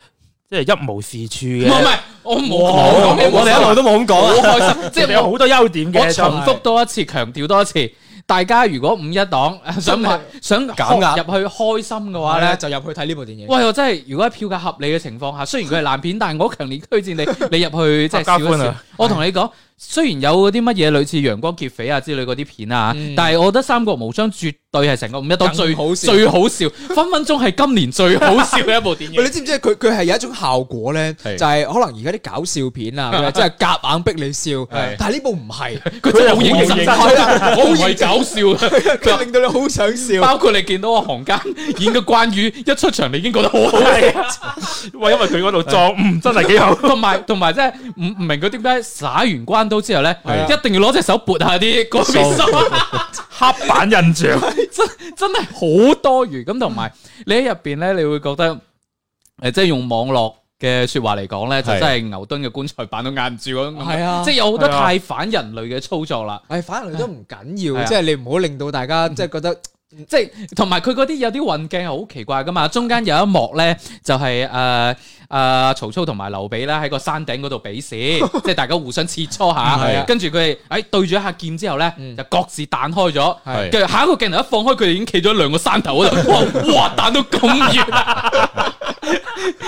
[SPEAKER 7] 即係一無是處
[SPEAKER 2] 唔係唔係，我
[SPEAKER 7] 嘅。
[SPEAKER 2] 冇講呢個
[SPEAKER 4] 我哋一路都冇咁
[SPEAKER 2] 好
[SPEAKER 4] 講啊。
[SPEAKER 2] 開心， 即
[SPEAKER 7] 即係
[SPEAKER 2] 係
[SPEAKER 7] 有好多優點
[SPEAKER 2] 我
[SPEAKER 7] 嘅，
[SPEAKER 2] 重複多一次，強調多一次。大家如果五一檔想買想
[SPEAKER 4] 減壓
[SPEAKER 2] 入去開心嘅話
[SPEAKER 3] 話咧
[SPEAKER 2] 咧，
[SPEAKER 3] 就入去睇呢部電影。
[SPEAKER 2] 喂！我真係如果喺票價 合理嘅情況下，雖然佢係爛片，但係我強烈推薦你你入去即係
[SPEAKER 7] 合
[SPEAKER 2] 笑
[SPEAKER 7] 家
[SPEAKER 2] 一
[SPEAKER 7] 歡
[SPEAKER 2] 笑
[SPEAKER 7] 啊。
[SPEAKER 2] 我同你講，雖然有嗰啲乜嘢類似陽光劫匪啊之類嗰啲片啊，
[SPEAKER 3] 嗯
[SPEAKER 2] 但係我覺得《三國無雙》絕對係成個五一檔最
[SPEAKER 3] 更好笑
[SPEAKER 2] 最好笑，分分鐘係今年最好笑嘅一部電
[SPEAKER 3] 喂，
[SPEAKER 2] 影
[SPEAKER 3] 你。知唔知佢佢係有一種效果咧，就
[SPEAKER 4] 係
[SPEAKER 3] 係可能而家啲搞笑片啊，佢係真係夾硬逼你笑，
[SPEAKER 4] 係
[SPEAKER 3] 但係呢部唔係，
[SPEAKER 2] 佢真係好認
[SPEAKER 7] 佢
[SPEAKER 2] 真，
[SPEAKER 7] 係
[SPEAKER 3] 好認 真啊
[SPEAKER 2] 我唔係搞笑啊。
[SPEAKER 3] 佢令到你好想 笑。
[SPEAKER 2] 包括你見到阿韓庚演嘅關羽一出場，你已經覺得好 好笑。
[SPEAKER 7] 喂，因為佢嗰度裝，嗯，真係幾 好。
[SPEAKER 2] 同埋同埋，即係唔唔明佢點解耍完關刀之後咧，
[SPEAKER 4] 係啊
[SPEAKER 2] 一定要攞隻手撥下啲嗰邊手，
[SPEAKER 7] 黑板印象，
[SPEAKER 2] 真真係好多餘。咁同埋你喺入邊咧，你會覺得誒，即係用網絡嘅説話嚟講咧，就
[SPEAKER 4] 係
[SPEAKER 2] 真係牛頓嘅棺材板都壓唔住嗰種感覺。
[SPEAKER 3] 係啊
[SPEAKER 2] 即係有好多
[SPEAKER 7] 係啊
[SPEAKER 2] 太反人類嘅操作啦。
[SPEAKER 3] 係，反而都唔緊
[SPEAKER 2] 係
[SPEAKER 3] 要，
[SPEAKER 2] 啊
[SPEAKER 3] 即係你唔好令到大家即係覺得
[SPEAKER 2] 即係同埋佢嗰啲有啲運鏡係好奇怪噶嘛，中間有一幕咧就係誒誒曹操同埋劉備啦喺個山頂嗰度比試， 即係大家互相切磋
[SPEAKER 3] 係
[SPEAKER 2] 下
[SPEAKER 3] 啊，
[SPEAKER 2] 跟住佢哋誒對住一下劍之後咧
[SPEAKER 3] 嗯
[SPEAKER 2] 就各自彈開咗。
[SPEAKER 4] 係
[SPEAKER 2] 跟住下一個鏡頭一放開，佢哋已經企咗喺兩個山頭嗰 度，哇哇彈到咁遠。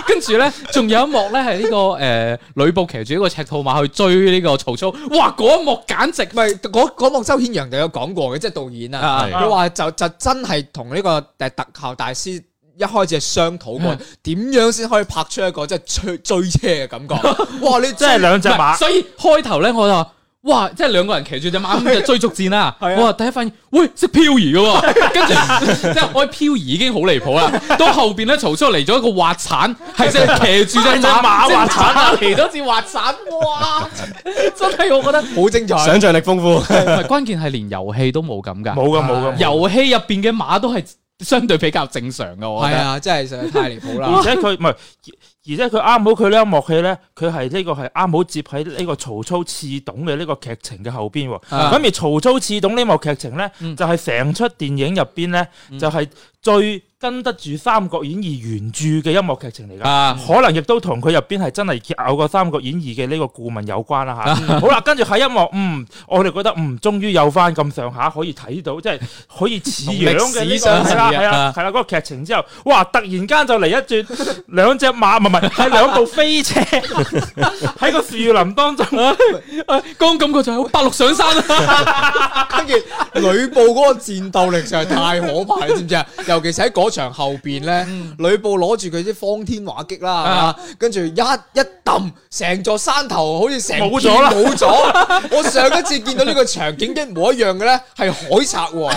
[SPEAKER 2] 跟住咧，仲有一幕咧係呢個誒、呃、呂布騎住一個赤兔馬去追呢個曹操，哇！嗰一幕簡直
[SPEAKER 3] 唔係嗰嗰幕周顯揚就有講過嘅，即係導演啊。
[SPEAKER 2] 啊
[SPEAKER 4] 係
[SPEAKER 3] 佢話就就真係同呢個誒特效大師一開始係商討過，點樣先可以拍出一個即係追追車嘅感覺。哇！你
[SPEAKER 7] 真係兩隻
[SPEAKER 2] 唔係
[SPEAKER 7] 馬，
[SPEAKER 2] 所以開頭咧我就話。哇！即係兩個人騎住只馬咁就追逐戰啦。
[SPEAKER 3] 係啊
[SPEAKER 2] 我話第一發現，喂識漂移嘅喎， 跟住即係我漂移已經好離譜啦。到後邊咧，曹操嚟咗一個滑鏟，係隻騎住只
[SPEAKER 7] 隻馬
[SPEAKER 2] 馬
[SPEAKER 7] 滑鏟啊
[SPEAKER 2] 嚟咗次滑鏟，哇！真係我覺得，
[SPEAKER 3] 好精彩。
[SPEAKER 4] 想象力豐富，
[SPEAKER 2] 唔係關鍵係連遊戲都冇咁㗎。啊
[SPEAKER 7] 冇噶冇噶，
[SPEAKER 2] 遊戲入邊嘅馬都係相對比較正常嘅，我覺
[SPEAKER 3] 係
[SPEAKER 2] 得。
[SPEAKER 3] 啊，真係實在太離 譜
[SPEAKER 7] 而
[SPEAKER 3] 啦。
[SPEAKER 7] 且佢唔係，而而且佢啱好佢呢一幕戲咧，佢係呢個係啱好接喺呢個曹操刺董嘅呢個劇情嘅後邊喎。
[SPEAKER 3] 啊
[SPEAKER 7] 咁而曹操刺董呢幕劇情咧，
[SPEAKER 2] 嗯
[SPEAKER 7] 就係成出電影入邊咧，就係最跟得住《三國演義》原著嘅音樂劇情嚟㗎。
[SPEAKER 2] 啊，
[SPEAKER 7] 可能亦都同佢入邊係真係有個《三國演義》嘅呢個顧問有關啦 吓。好啦，跟住喺音樂，嗯，我哋覺得嗯，終於有翻咁上下可以睇到，即係可以似樣嘅
[SPEAKER 2] 同歷
[SPEAKER 7] 呢
[SPEAKER 2] 史
[SPEAKER 7] 個
[SPEAKER 2] 相似
[SPEAKER 7] 係
[SPEAKER 2] 啊
[SPEAKER 7] 啦係
[SPEAKER 2] 啊
[SPEAKER 7] 啦係啦嗰個劇情之後，哇！突然間就嚟一轉 兩隻馬，唔係唔係，係兩部飛車 喺個樹林當中，
[SPEAKER 2] 啊剛感覺就係好八六上山啊！
[SPEAKER 3] 跟住呂布嗰個戰鬥力實在太可怕，你知唔知啊？尤其是喺嗰場後邊咧，呂布攞住佢啲方天畫戟啦，係嘛跟住一一揼，成座山頭好似成
[SPEAKER 7] 冇
[SPEAKER 3] 片
[SPEAKER 7] 咗啦
[SPEAKER 3] 冇咗。我上一次見到呢個場景一模一樣嘅咧，係海賊王，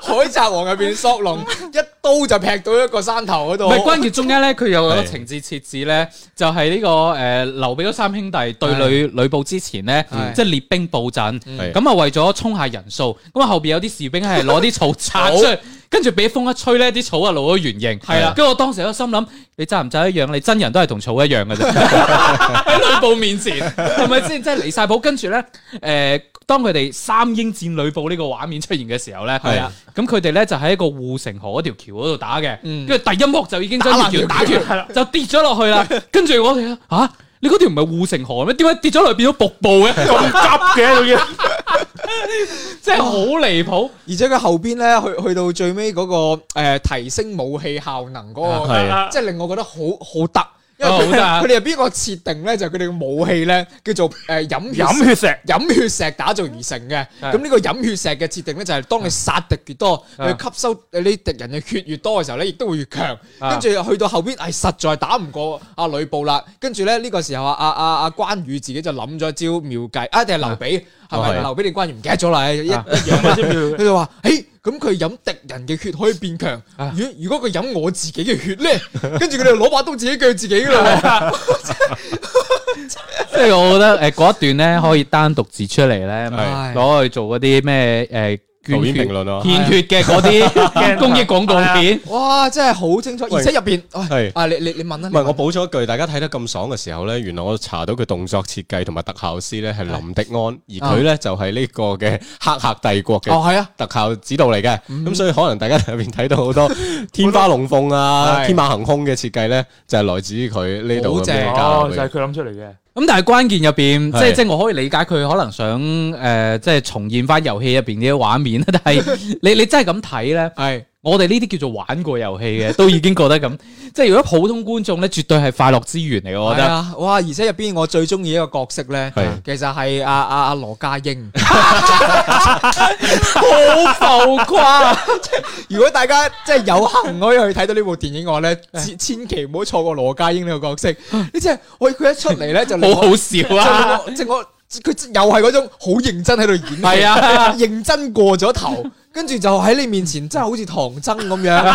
[SPEAKER 3] 海賊王入邊索隆一刀就劈到一個山頭嗰
[SPEAKER 2] 唔
[SPEAKER 3] 度
[SPEAKER 2] 係。關鍵中間咧，佢有個
[SPEAKER 4] 係
[SPEAKER 2] 情節設置咧，就係呢個誒劉備嗰三兄弟對呂呂布之前咧
[SPEAKER 3] 係，
[SPEAKER 2] 即係列兵布陣，
[SPEAKER 4] 係
[SPEAKER 2] 咁啊為咗衝下人數，咁啊後邊有啲士兵係攞啲草擦出去，跟住俾風一吹咧，啲草啊露咗原形。係
[SPEAKER 4] 啦
[SPEAKER 2] 跟住我當時喺度心諗，你揸唔揸一樣？你真人都係同草一樣嘅啫，喺呂布面前 係咪先？即係離晒譜。跟住咧，誒。當佢哋三英戰呂布呢個畫面出現嘅時候咧，
[SPEAKER 4] 係啊
[SPEAKER 2] 咁佢哋咧就喺一個護城河嗰條橋嗰度打嘅，
[SPEAKER 3] 嗯
[SPEAKER 2] 跟住第一幕就已經將條橋打斷， 就跌咗落去啦。跟住我哋吓、啊你嗰條唔係護城河咩？點解跌咗落去變咗瀑布嘅？
[SPEAKER 7] 咁急 嘅仲要。
[SPEAKER 2] 即係好離譜。
[SPEAKER 3] 而且佢後邊咧，去去到最尾嗰、個、呃、提升武器效能嗰、個。
[SPEAKER 4] 係
[SPEAKER 3] 即係令我覺得好好得，因
[SPEAKER 2] 啊哦
[SPEAKER 3] 為
[SPEAKER 2] 好
[SPEAKER 3] 佢
[SPEAKER 2] 得啊
[SPEAKER 3] 哋佢哋入邊個設定咧，就係佢哋嘅武器咧叫做誒飲血
[SPEAKER 7] 飲血石，
[SPEAKER 3] 飲血石打造而成嘅。
[SPEAKER 2] 係
[SPEAKER 3] 咁呢個飲血石嘅設定咧，就係當你殺敵越多，
[SPEAKER 2] 啊
[SPEAKER 3] 你吸收你敵人嘅血越多嘅時候咧，亦都會越強。
[SPEAKER 2] 啊
[SPEAKER 3] 跟住去到後邊係實在打唔過阿呂布啦。跟住咧呢個時候啊啊啊啊關羽自己就諗咗一招妙計，啊定係劉備係咪？
[SPEAKER 4] 係
[SPEAKER 3] 劉備定關羽唔記得咗啦，一
[SPEAKER 2] 哦啊
[SPEAKER 7] 有冇知唔
[SPEAKER 3] 佢
[SPEAKER 7] 知
[SPEAKER 3] 就話：，誒，咁佢飲敵人嘅血可以變強。
[SPEAKER 2] 啊
[SPEAKER 3] 如如果佢飲我自己嘅血咧， 跟住佢哋就攞把刀自己鋸自己噶啦。
[SPEAKER 2] 即係我覺得誒嗰一段咧可以單獨截出嚟咧，
[SPEAKER 4] 係
[SPEAKER 2] 攞去做嗰啲咩誒
[SPEAKER 4] 導
[SPEAKER 2] 捐
[SPEAKER 4] 演
[SPEAKER 2] 血
[SPEAKER 4] 評論啊咯，
[SPEAKER 2] 獻血嘅嗰啲 公益廣告片。
[SPEAKER 3] 哇，真係好清楚，而且入邊，喂
[SPEAKER 4] 係
[SPEAKER 3] 啊，你你你問啦。你
[SPEAKER 4] 唔係
[SPEAKER 3] 問
[SPEAKER 4] 我補咗一句，大家睇得咁爽嘅時候咧，原來我查到佢動作設計同埋特效師咧係林迪安，而佢咧就係呢個嘅 黑客帝國
[SPEAKER 3] 哦
[SPEAKER 4] 嘅。
[SPEAKER 3] 係啊，
[SPEAKER 4] 特效指導嚟嘅，咁所以可能大家入邊睇到好多天花龍鳳啊、
[SPEAKER 3] 係
[SPEAKER 4] 天馬行空嘅設計咧，就係來自於佢呢度
[SPEAKER 3] 好正
[SPEAKER 4] 嘅
[SPEAKER 7] 哦，就
[SPEAKER 4] 加
[SPEAKER 7] 係
[SPEAKER 4] 入去
[SPEAKER 7] 佢諗出嚟嘅。
[SPEAKER 2] 咁但係關鍵入邊，即係
[SPEAKER 4] 係
[SPEAKER 2] 即係我可以理解佢可能想誒、呃即係重現翻遊戲入邊啲畫面啦。但係你你真係咁睇咧，
[SPEAKER 3] 係
[SPEAKER 2] 我哋呢啲叫做玩過遊戲嘅， 都已經覺得咁。即係如果普通觀眾咧，絕對係快樂之源嚟嘅，我覺
[SPEAKER 3] 係
[SPEAKER 2] 得。
[SPEAKER 3] 啊，哇！而且入邊我最中意一個角色咧
[SPEAKER 4] 係，
[SPEAKER 3] 其實係阿阿阿羅家 英。
[SPEAKER 2] 好浮 誇，
[SPEAKER 3] 如果大家即係有幸可以去睇到呢部電影嘅話咧，千千祈唔好錯過羅家英呢個角色。
[SPEAKER 4] 啊
[SPEAKER 3] 你即係我佢一出嚟 咧就令
[SPEAKER 2] 好
[SPEAKER 3] 我
[SPEAKER 2] 好 笑啊！
[SPEAKER 3] 即係我即係我佢又係嗰種好認真喺度演戲，
[SPEAKER 2] 係啊
[SPEAKER 3] 認真過咗頭，跟住就喺你面前真係好似唐僧咁樣，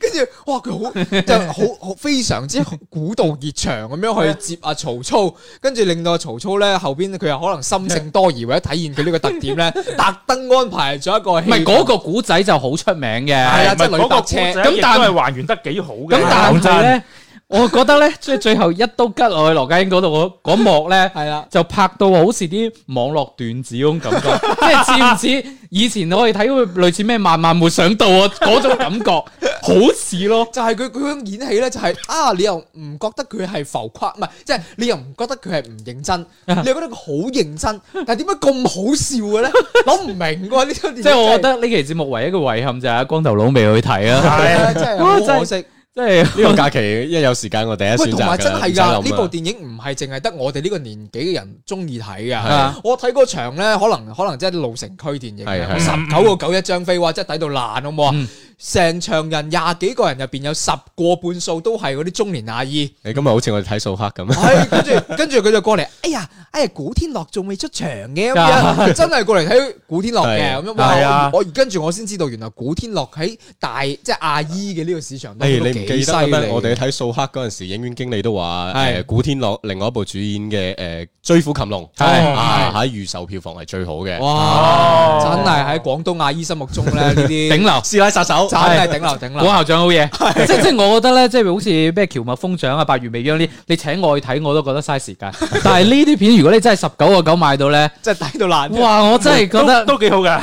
[SPEAKER 3] 跟住哇佢好就好好非常之古道熱腸咁
[SPEAKER 2] 啊
[SPEAKER 3] 樣去接阿曹操，跟住令到阿曹操咧後邊佢又可能心性多疑，為咗體現佢呢個 特點咧，特登安排咗一個
[SPEAKER 2] 唔係嗰個古仔就好出名嘅。
[SPEAKER 3] 係啊
[SPEAKER 7] 唔係嗰個故仔
[SPEAKER 3] 即
[SPEAKER 2] 係女
[SPEAKER 7] 亦
[SPEAKER 2] 白車
[SPEAKER 7] 都係還原得幾好嘅。
[SPEAKER 2] 咁但係
[SPEAKER 7] 係
[SPEAKER 2] 咧，我覺得咧，即係最後一刀吉落去羅家英嗰度嗰嗰幕咧，
[SPEAKER 3] 係啦。
[SPEAKER 2] 就拍到好似啲網絡段子嗰種感覺， 即係似唔似以前我哋睇嗰個類似咩萬萬沒想到啊嗰種感覺，好似咯。
[SPEAKER 3] 就係佢佢嗰種演戲咧，就係、啊，你又唔覺得佢係浮誇，唔係即係你又唔覺得佢係唔認真，
[SPEAKER 2] 啊
[SPEAKER 3] 你又覺得佢好認真，但係點解咁好笑 嘅咧？諗唔明喎呢出電影
[SPEAKER 2] 即係我覺得呢期節目唯一嘅遺憾就係光頭佬未去睇啊，
[SPEAKER 3] 係
[SPEAKER 7] 係
[SPEAKER 3] 啊真係好可惜。
[SPEAKER 2] 即係
[SPEAKER 4] 呢個假期一有時間，我第一
[SPEAKER 3] 喂，
[SPEAKER 4] 選
[SPEAKER 3] 同埋
[SPEAKER 4] 擇
[SPEAKER 3] 真
[SPEAKER 4] 係啊
[SPEAKER 3] 係㗎，呢部電影唔係淨係得我哋呢個年紀嘅人中意睇㗎
[SPEAKER 2] 啊。
[SPEAKER 3] 我睇嗰場咧，可能可能即係老城區電影
[SPEAKER 4] 係
[SPEAKER 3] 啊，
[SPEAKER 4] 係
[SPEAKER 3] 十九個九一張飛，哇！真係抵到爛好唔好啊
[SPEAKER 2] 嗯？
[SPEAKER 3] 成場人廿幾個人入邊有十個半數都係嗰啲中年阿姨。
[SPEAKER 4] 你今啊日好似我哋睇掃黑咁，
[SPEAKER 3] 係，跟住跟住佢就過嚟，哎呀，哎呀，古天樂仲未出場嘅咁樣，佢真係過嚟睇古天樂嘅
[SPEAKER 4] 啊係
[SPEAKER 3] 咁樣。
[SPEAKER 7] 係
[SPEAKER 3] 哇
[SPEAKER 7] 啊！
[SPEAKER 3] 我我跟住我先知道，原來古天樂喺大即係阿姨嘅呢個市場當
[SPEAKER 4] 誒，
[SPEAKER 3] 中
[SPEAKER 4] 哎你
[SPEAKER 3] 都
[SPEAKER 4] 唔
[SPEAKER 3] 幾
[SPEAKER 4] 記
[SPEAKER 3] 犀
[SPEAKER 4] 得啦咩？
[SPEAKER 3] 利。
[SPEAKER 4] 我哋睇掃黑嗰陣時，影院經理都話，呃
[SPEAKER 3] 係
[SPEAKER 4] 誒古天樂另外一部主演嘅誒《追虎擒龍》
[SPEAKER 7] 係
[SPEAKER 4] 啊喺預售票房係最好嘅。
[SPEAKER 3] 哇，
[SPEAKER 7] 哦
[SPEAKER 3] 真係喺廣東阿姨心目中咧呢啲
[SPEAKER 2] 頂流。
[SPEAKER 4] 師奶殺手哎
[SPEAKER 3] 真係頂流頂
[SPEAKER 2] 古
[SPEAKER 3] 流。
[SPEAKER 2] 校長好嘢，即即我覺得咧，即係好似咩蕎麥風掌啊、八月未央呢，你請我去睇我都覺得嘥時間。但係呢啲片如果你真係十九個九買到咧，
[SPEAKER 3] 真係抵到爛，
[SPEAKER 2] 哇！我真係覺
[SPEAKER 7] 都
[SPEAKER 2] 得
[SPEAKER 7] 都幾好㗎。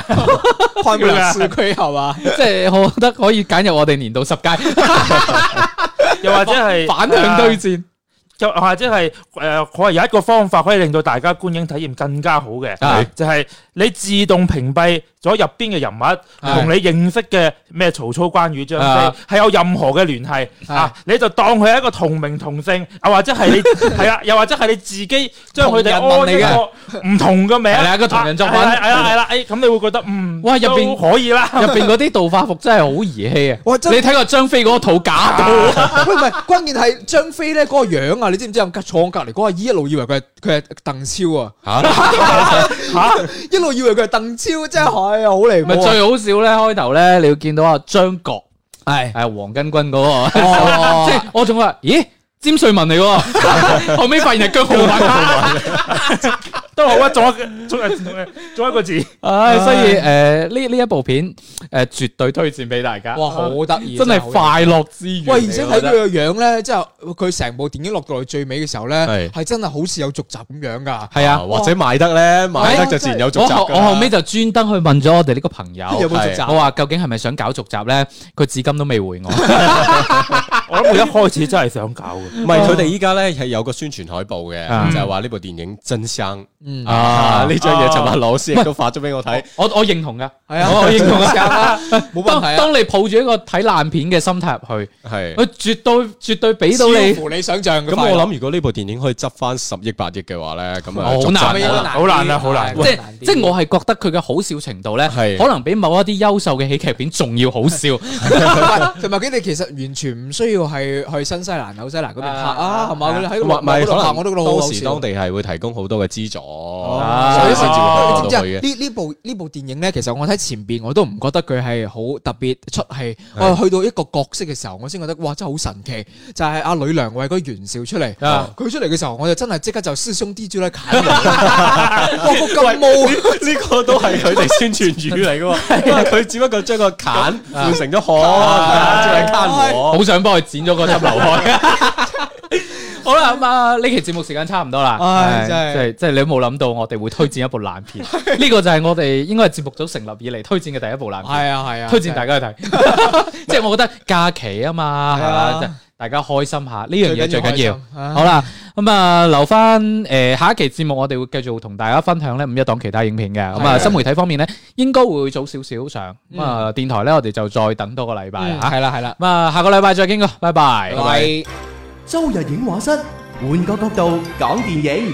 [SPEAKER 3] 跨不
[SPEAKER 4] 啊
[SPEAKER 3] 了市區係嘛？
[SPEAKER 2] 即係我覺得可以揀入我哋年度十佳，
[SPEAKER 7] 又或者 係
[SPEAKER 2] 反向推
[SPEAKER 7] 誒
[SPEAKER 2] 薦。
[SPEAKER 7] 又或者係誒，我係有一個方法可以令到大家觀影體驗更加好嘅
[SPEAKER 2] 係，
[SPEAKER 7] 就係你自動屏蔽咗入邊嘅人物同你認識嘅咩曹操、關羽、張
[SPEAKER 2] 啊
[SPEAKER 7] 飛係有任何嘅聯繫
[SPEAKER 3] 係
[SPEAKER 7] 啊！你就當佢係一個同名同姓，又或者係你係啦，又或者係你自己將佢哋
[SPEAKER 3] 同
[SPEAKER 7] 安
[SPEAKER 3] 人物
[SPEAKER 7] 一
[SPEAKER 3] 嚟嘅
[SPEAKER 7] 個唔同嘅名，
[SPEAKER 2] 係啦一個同人作品
[SPEAKER 7] 啊係啦係啦係啦，誒咁你會覺得嗯，
[SPEAKER 2] 哇入邊
[SPEAKER 7] 都可以啦，
[SPEAKER 2] 入邊嗰啲道化服真係好兒戲啊！
[SPEAKER 3] 哇真
[SPEAKER 2] 你睇過張飛嗰個肚假 到，
[SPEAKER 3] 喂，唔係，關鍵係張飛咧嗰個樣啊！你知唔知啊？坐我隔離嗰個阿姨一路以為佢係佢係鄧超啊，
[SPEAKER 7] 嚇
[SPEAKER 3] 一路以為佢係鄧超，真係係啊，好離
[SPEAKER 2] 咪
[SPEAKER 3] 譜啊！
[SPEAKER 2] 最好笑咧！開頭咧，你要見到阿張國
[SPEAKER 3] 係
[SPEAKER 2] 係黃巾軍嗰個，
[SPEAKER 3] 哦
[SPEAKER 2] 即係我仲話咦？詹瑞文嚟 喎，後尾發現係姜浩文，
[SPEAKER 7] 都好啊，仲有一仲有仲有一個字。
[SPEAKER 2] 唉，所以誒呢呢一部片誒絕對推薦俾大家，
[SPEAKER 3] 哇，好得意，
[SPEAKER 2] 真係
[SPEAKER 3] 好得意。
[SPEAKER 2] 快樂之源嚟。
[SPEAKER 3] 喂，而且
[SPEAKER 2] 我覺
[SPEAKER 3] 睇佢
[SPEAKER 2] 得
[SPEAKER 3] 個樣咧，即係佢成部電影落到嚟最尾嘅時候咧，
[SPEAKER 4] 係
[SPEAKER 3] 係真係好似有續集咁樣噶。
[SPEAKER 2] 係啊，哎
[SPEAKER 4] 或者賣得咧，賣得就自然有續
[SPEAKER 2] 我
[SPEAKER 4] 集
[SPEAKER 2] 後
[SPEAKER 4] 㗎啦
[SPEAKER 2] 我後尾就專登去問咗我哋呢個朋
[SPEAKER 3] 有
[SPEAKER 2] 友，
[SPEAKER 3] 冇續
[SPEAKER 4] 係
[SPEAKER 3] 集？
[SPEAKER 2] 我話究竟係咪想搞續集咧？佢至今都未 回我。
[SPEAKER 7] 我諗佢一開始真係想搞嘅，
[SPEAKER 4] 唔係佢哋依家咧係有個宣傳海報
[SPEAKER 2] 啊
[SPEAKER 4] 嘅，就係話呢部電影真生
[SPEAKER 3] 嗯，
[SPEAKER 4] 啊
[SPEAKER 2] 啊！
[SPEAKER 4] 呢張嘢尋晚老師亦都發咗俾我睇，
[SPEAKER 2] 我我認同噶，
[SPEAKER 3] 係啊，
[SPEAKER 2] 我我認同啊。
[SPEAKER 3] 啊， 冇問
[SPEAKER 2] 當
[SPEAKER 3] 題啊，
[SPEAKER 2] 當你抱住一個睇爛片嘅心態入去，
[SPEAKER 4] 係
[SPEAKER 2] 佢絕對絕對俾到你
[SPEAKER 3] 超乎你想象嘅
[SPEAKER 4] 咁
[SPEAKER 3] 快樂。
[SPEAKER 4] 我諗如果呢部電影可以執翻十億八億嘅話咧，咁啊
[SPEAKER 2] 好
[SPEAKER 4] 續集
[SPEAKER 2] 難
[SPEAKER 4] 就
[SPEAKER 2] 啊
[SPEAKER 4] 好
[SPEAKER 7] 好難啊好難
[SPEAKER 2] 即係即 係我係覺得佢嘅好笑程度咧，
[SPEAKER 4] 係
[SPEAKER 2] 可能比某一啲優秀嘅喜劇片仲要好笑。
[SPEAKER 3] 我同埋佢哋其實完全唔需要係去新西蘭、紐西蘭嗰邊拍啊，係嘛？佢哋喺
[SPEAKER 4] 或
[SPEAKER 3] 度
[SPEAKER 4] 咪
[SPEAKER 3] 嗰
[SPEAKER 4] 可
[SPEAKER 3] 度拍，
[SPEAKER 4] 能
[SPEAKER 3] 我都覺得好好
[SPEAKER 4] 當時
[SPEAKER 3] 笑
[SPEAKER 4] 當。地係會提供好多嘅資助，
[SPEAKER 3] 哦
[SPEAKER 4] 所以先至
[SPEAKER 3] 你
[SPEAKER 4] 會
[SPEAKER 3] 知唔
[SPEAKER 4] 去
[SPEAKER 3] 知
[SPEAKER 4] 到
[SPEAKER 3] 啊？
[SPEAKER 4] 佢嘅。
[SPEAKER 3] 呢呢部呢部電影咧，其實我睇前邊我都唔覺得佢係好特別出戲，我係去到一個角色嘅時候，我先覺得哇真係好神奇，就係阿呂良偉嗰個袁紹出嚟，
[SPEAKER 2] 啊
[SPEAKER 3] 佢出嚟嘅時候，我就真係即刻就師兄 D 豬咧砍人，哇個咁冇
[SPEAKER 4] 呢個都係佢哋宣 傳語嚟嘅喎，因為佢只不過將個砍換成咗殼，即係啊砍我。
[SPEAKER 2] 好想幫佢剪咗個輯流開。 好啦，咁啊，呢期節目時間差唔多啦，
[SPEAKER 3] 唉
[SPEAKER 2] 唉
[SPEAKER 3] 真係
[SPEAKER 2] 即係即係你都冇諗到我哋會推薦一部爛片，呢個就係我哋應該係節目組成立以嚟推薦嘅第一部爛片。
[SPEAKER 3] 係啊係啊，
[SPEAKER 2] 推薦大家去睇， 即係我覺得假期啊嘛，
[SPEAKER 3] 係
[SPEAKER 2] 係
[SPEAKER 3] 啊
[SPEAKER 2] 嘛，即係大家開心下呢樣嘢最緊
[SPEAKER 3] 最緊要
[SPEAKER 2] 要
[SPEAKER 3] 開心唉。
[SPEAKER 2] 好啦，咁啊，留翻誒下一期節目，我哋會繼續同大家分享咧五一檔其他影片嘅。咁啊，
[SPEAKER 3] 係
[SPEAKER 2] 新媒體方面咧，應該會早少少上。咁啊，電台咧，我哋就再等多個禮拜
[SPEAKER 3] 系
[SPEAKER 2] 嚇。
[SPEAKER 3] 啦系啦，
[SPEAKER 2] 咁啊，下個禮拜再見個，拜拜。
[SPEAKER 3] 拜。
[SPEAKER 6] 周日影畫室，換個角度講電影。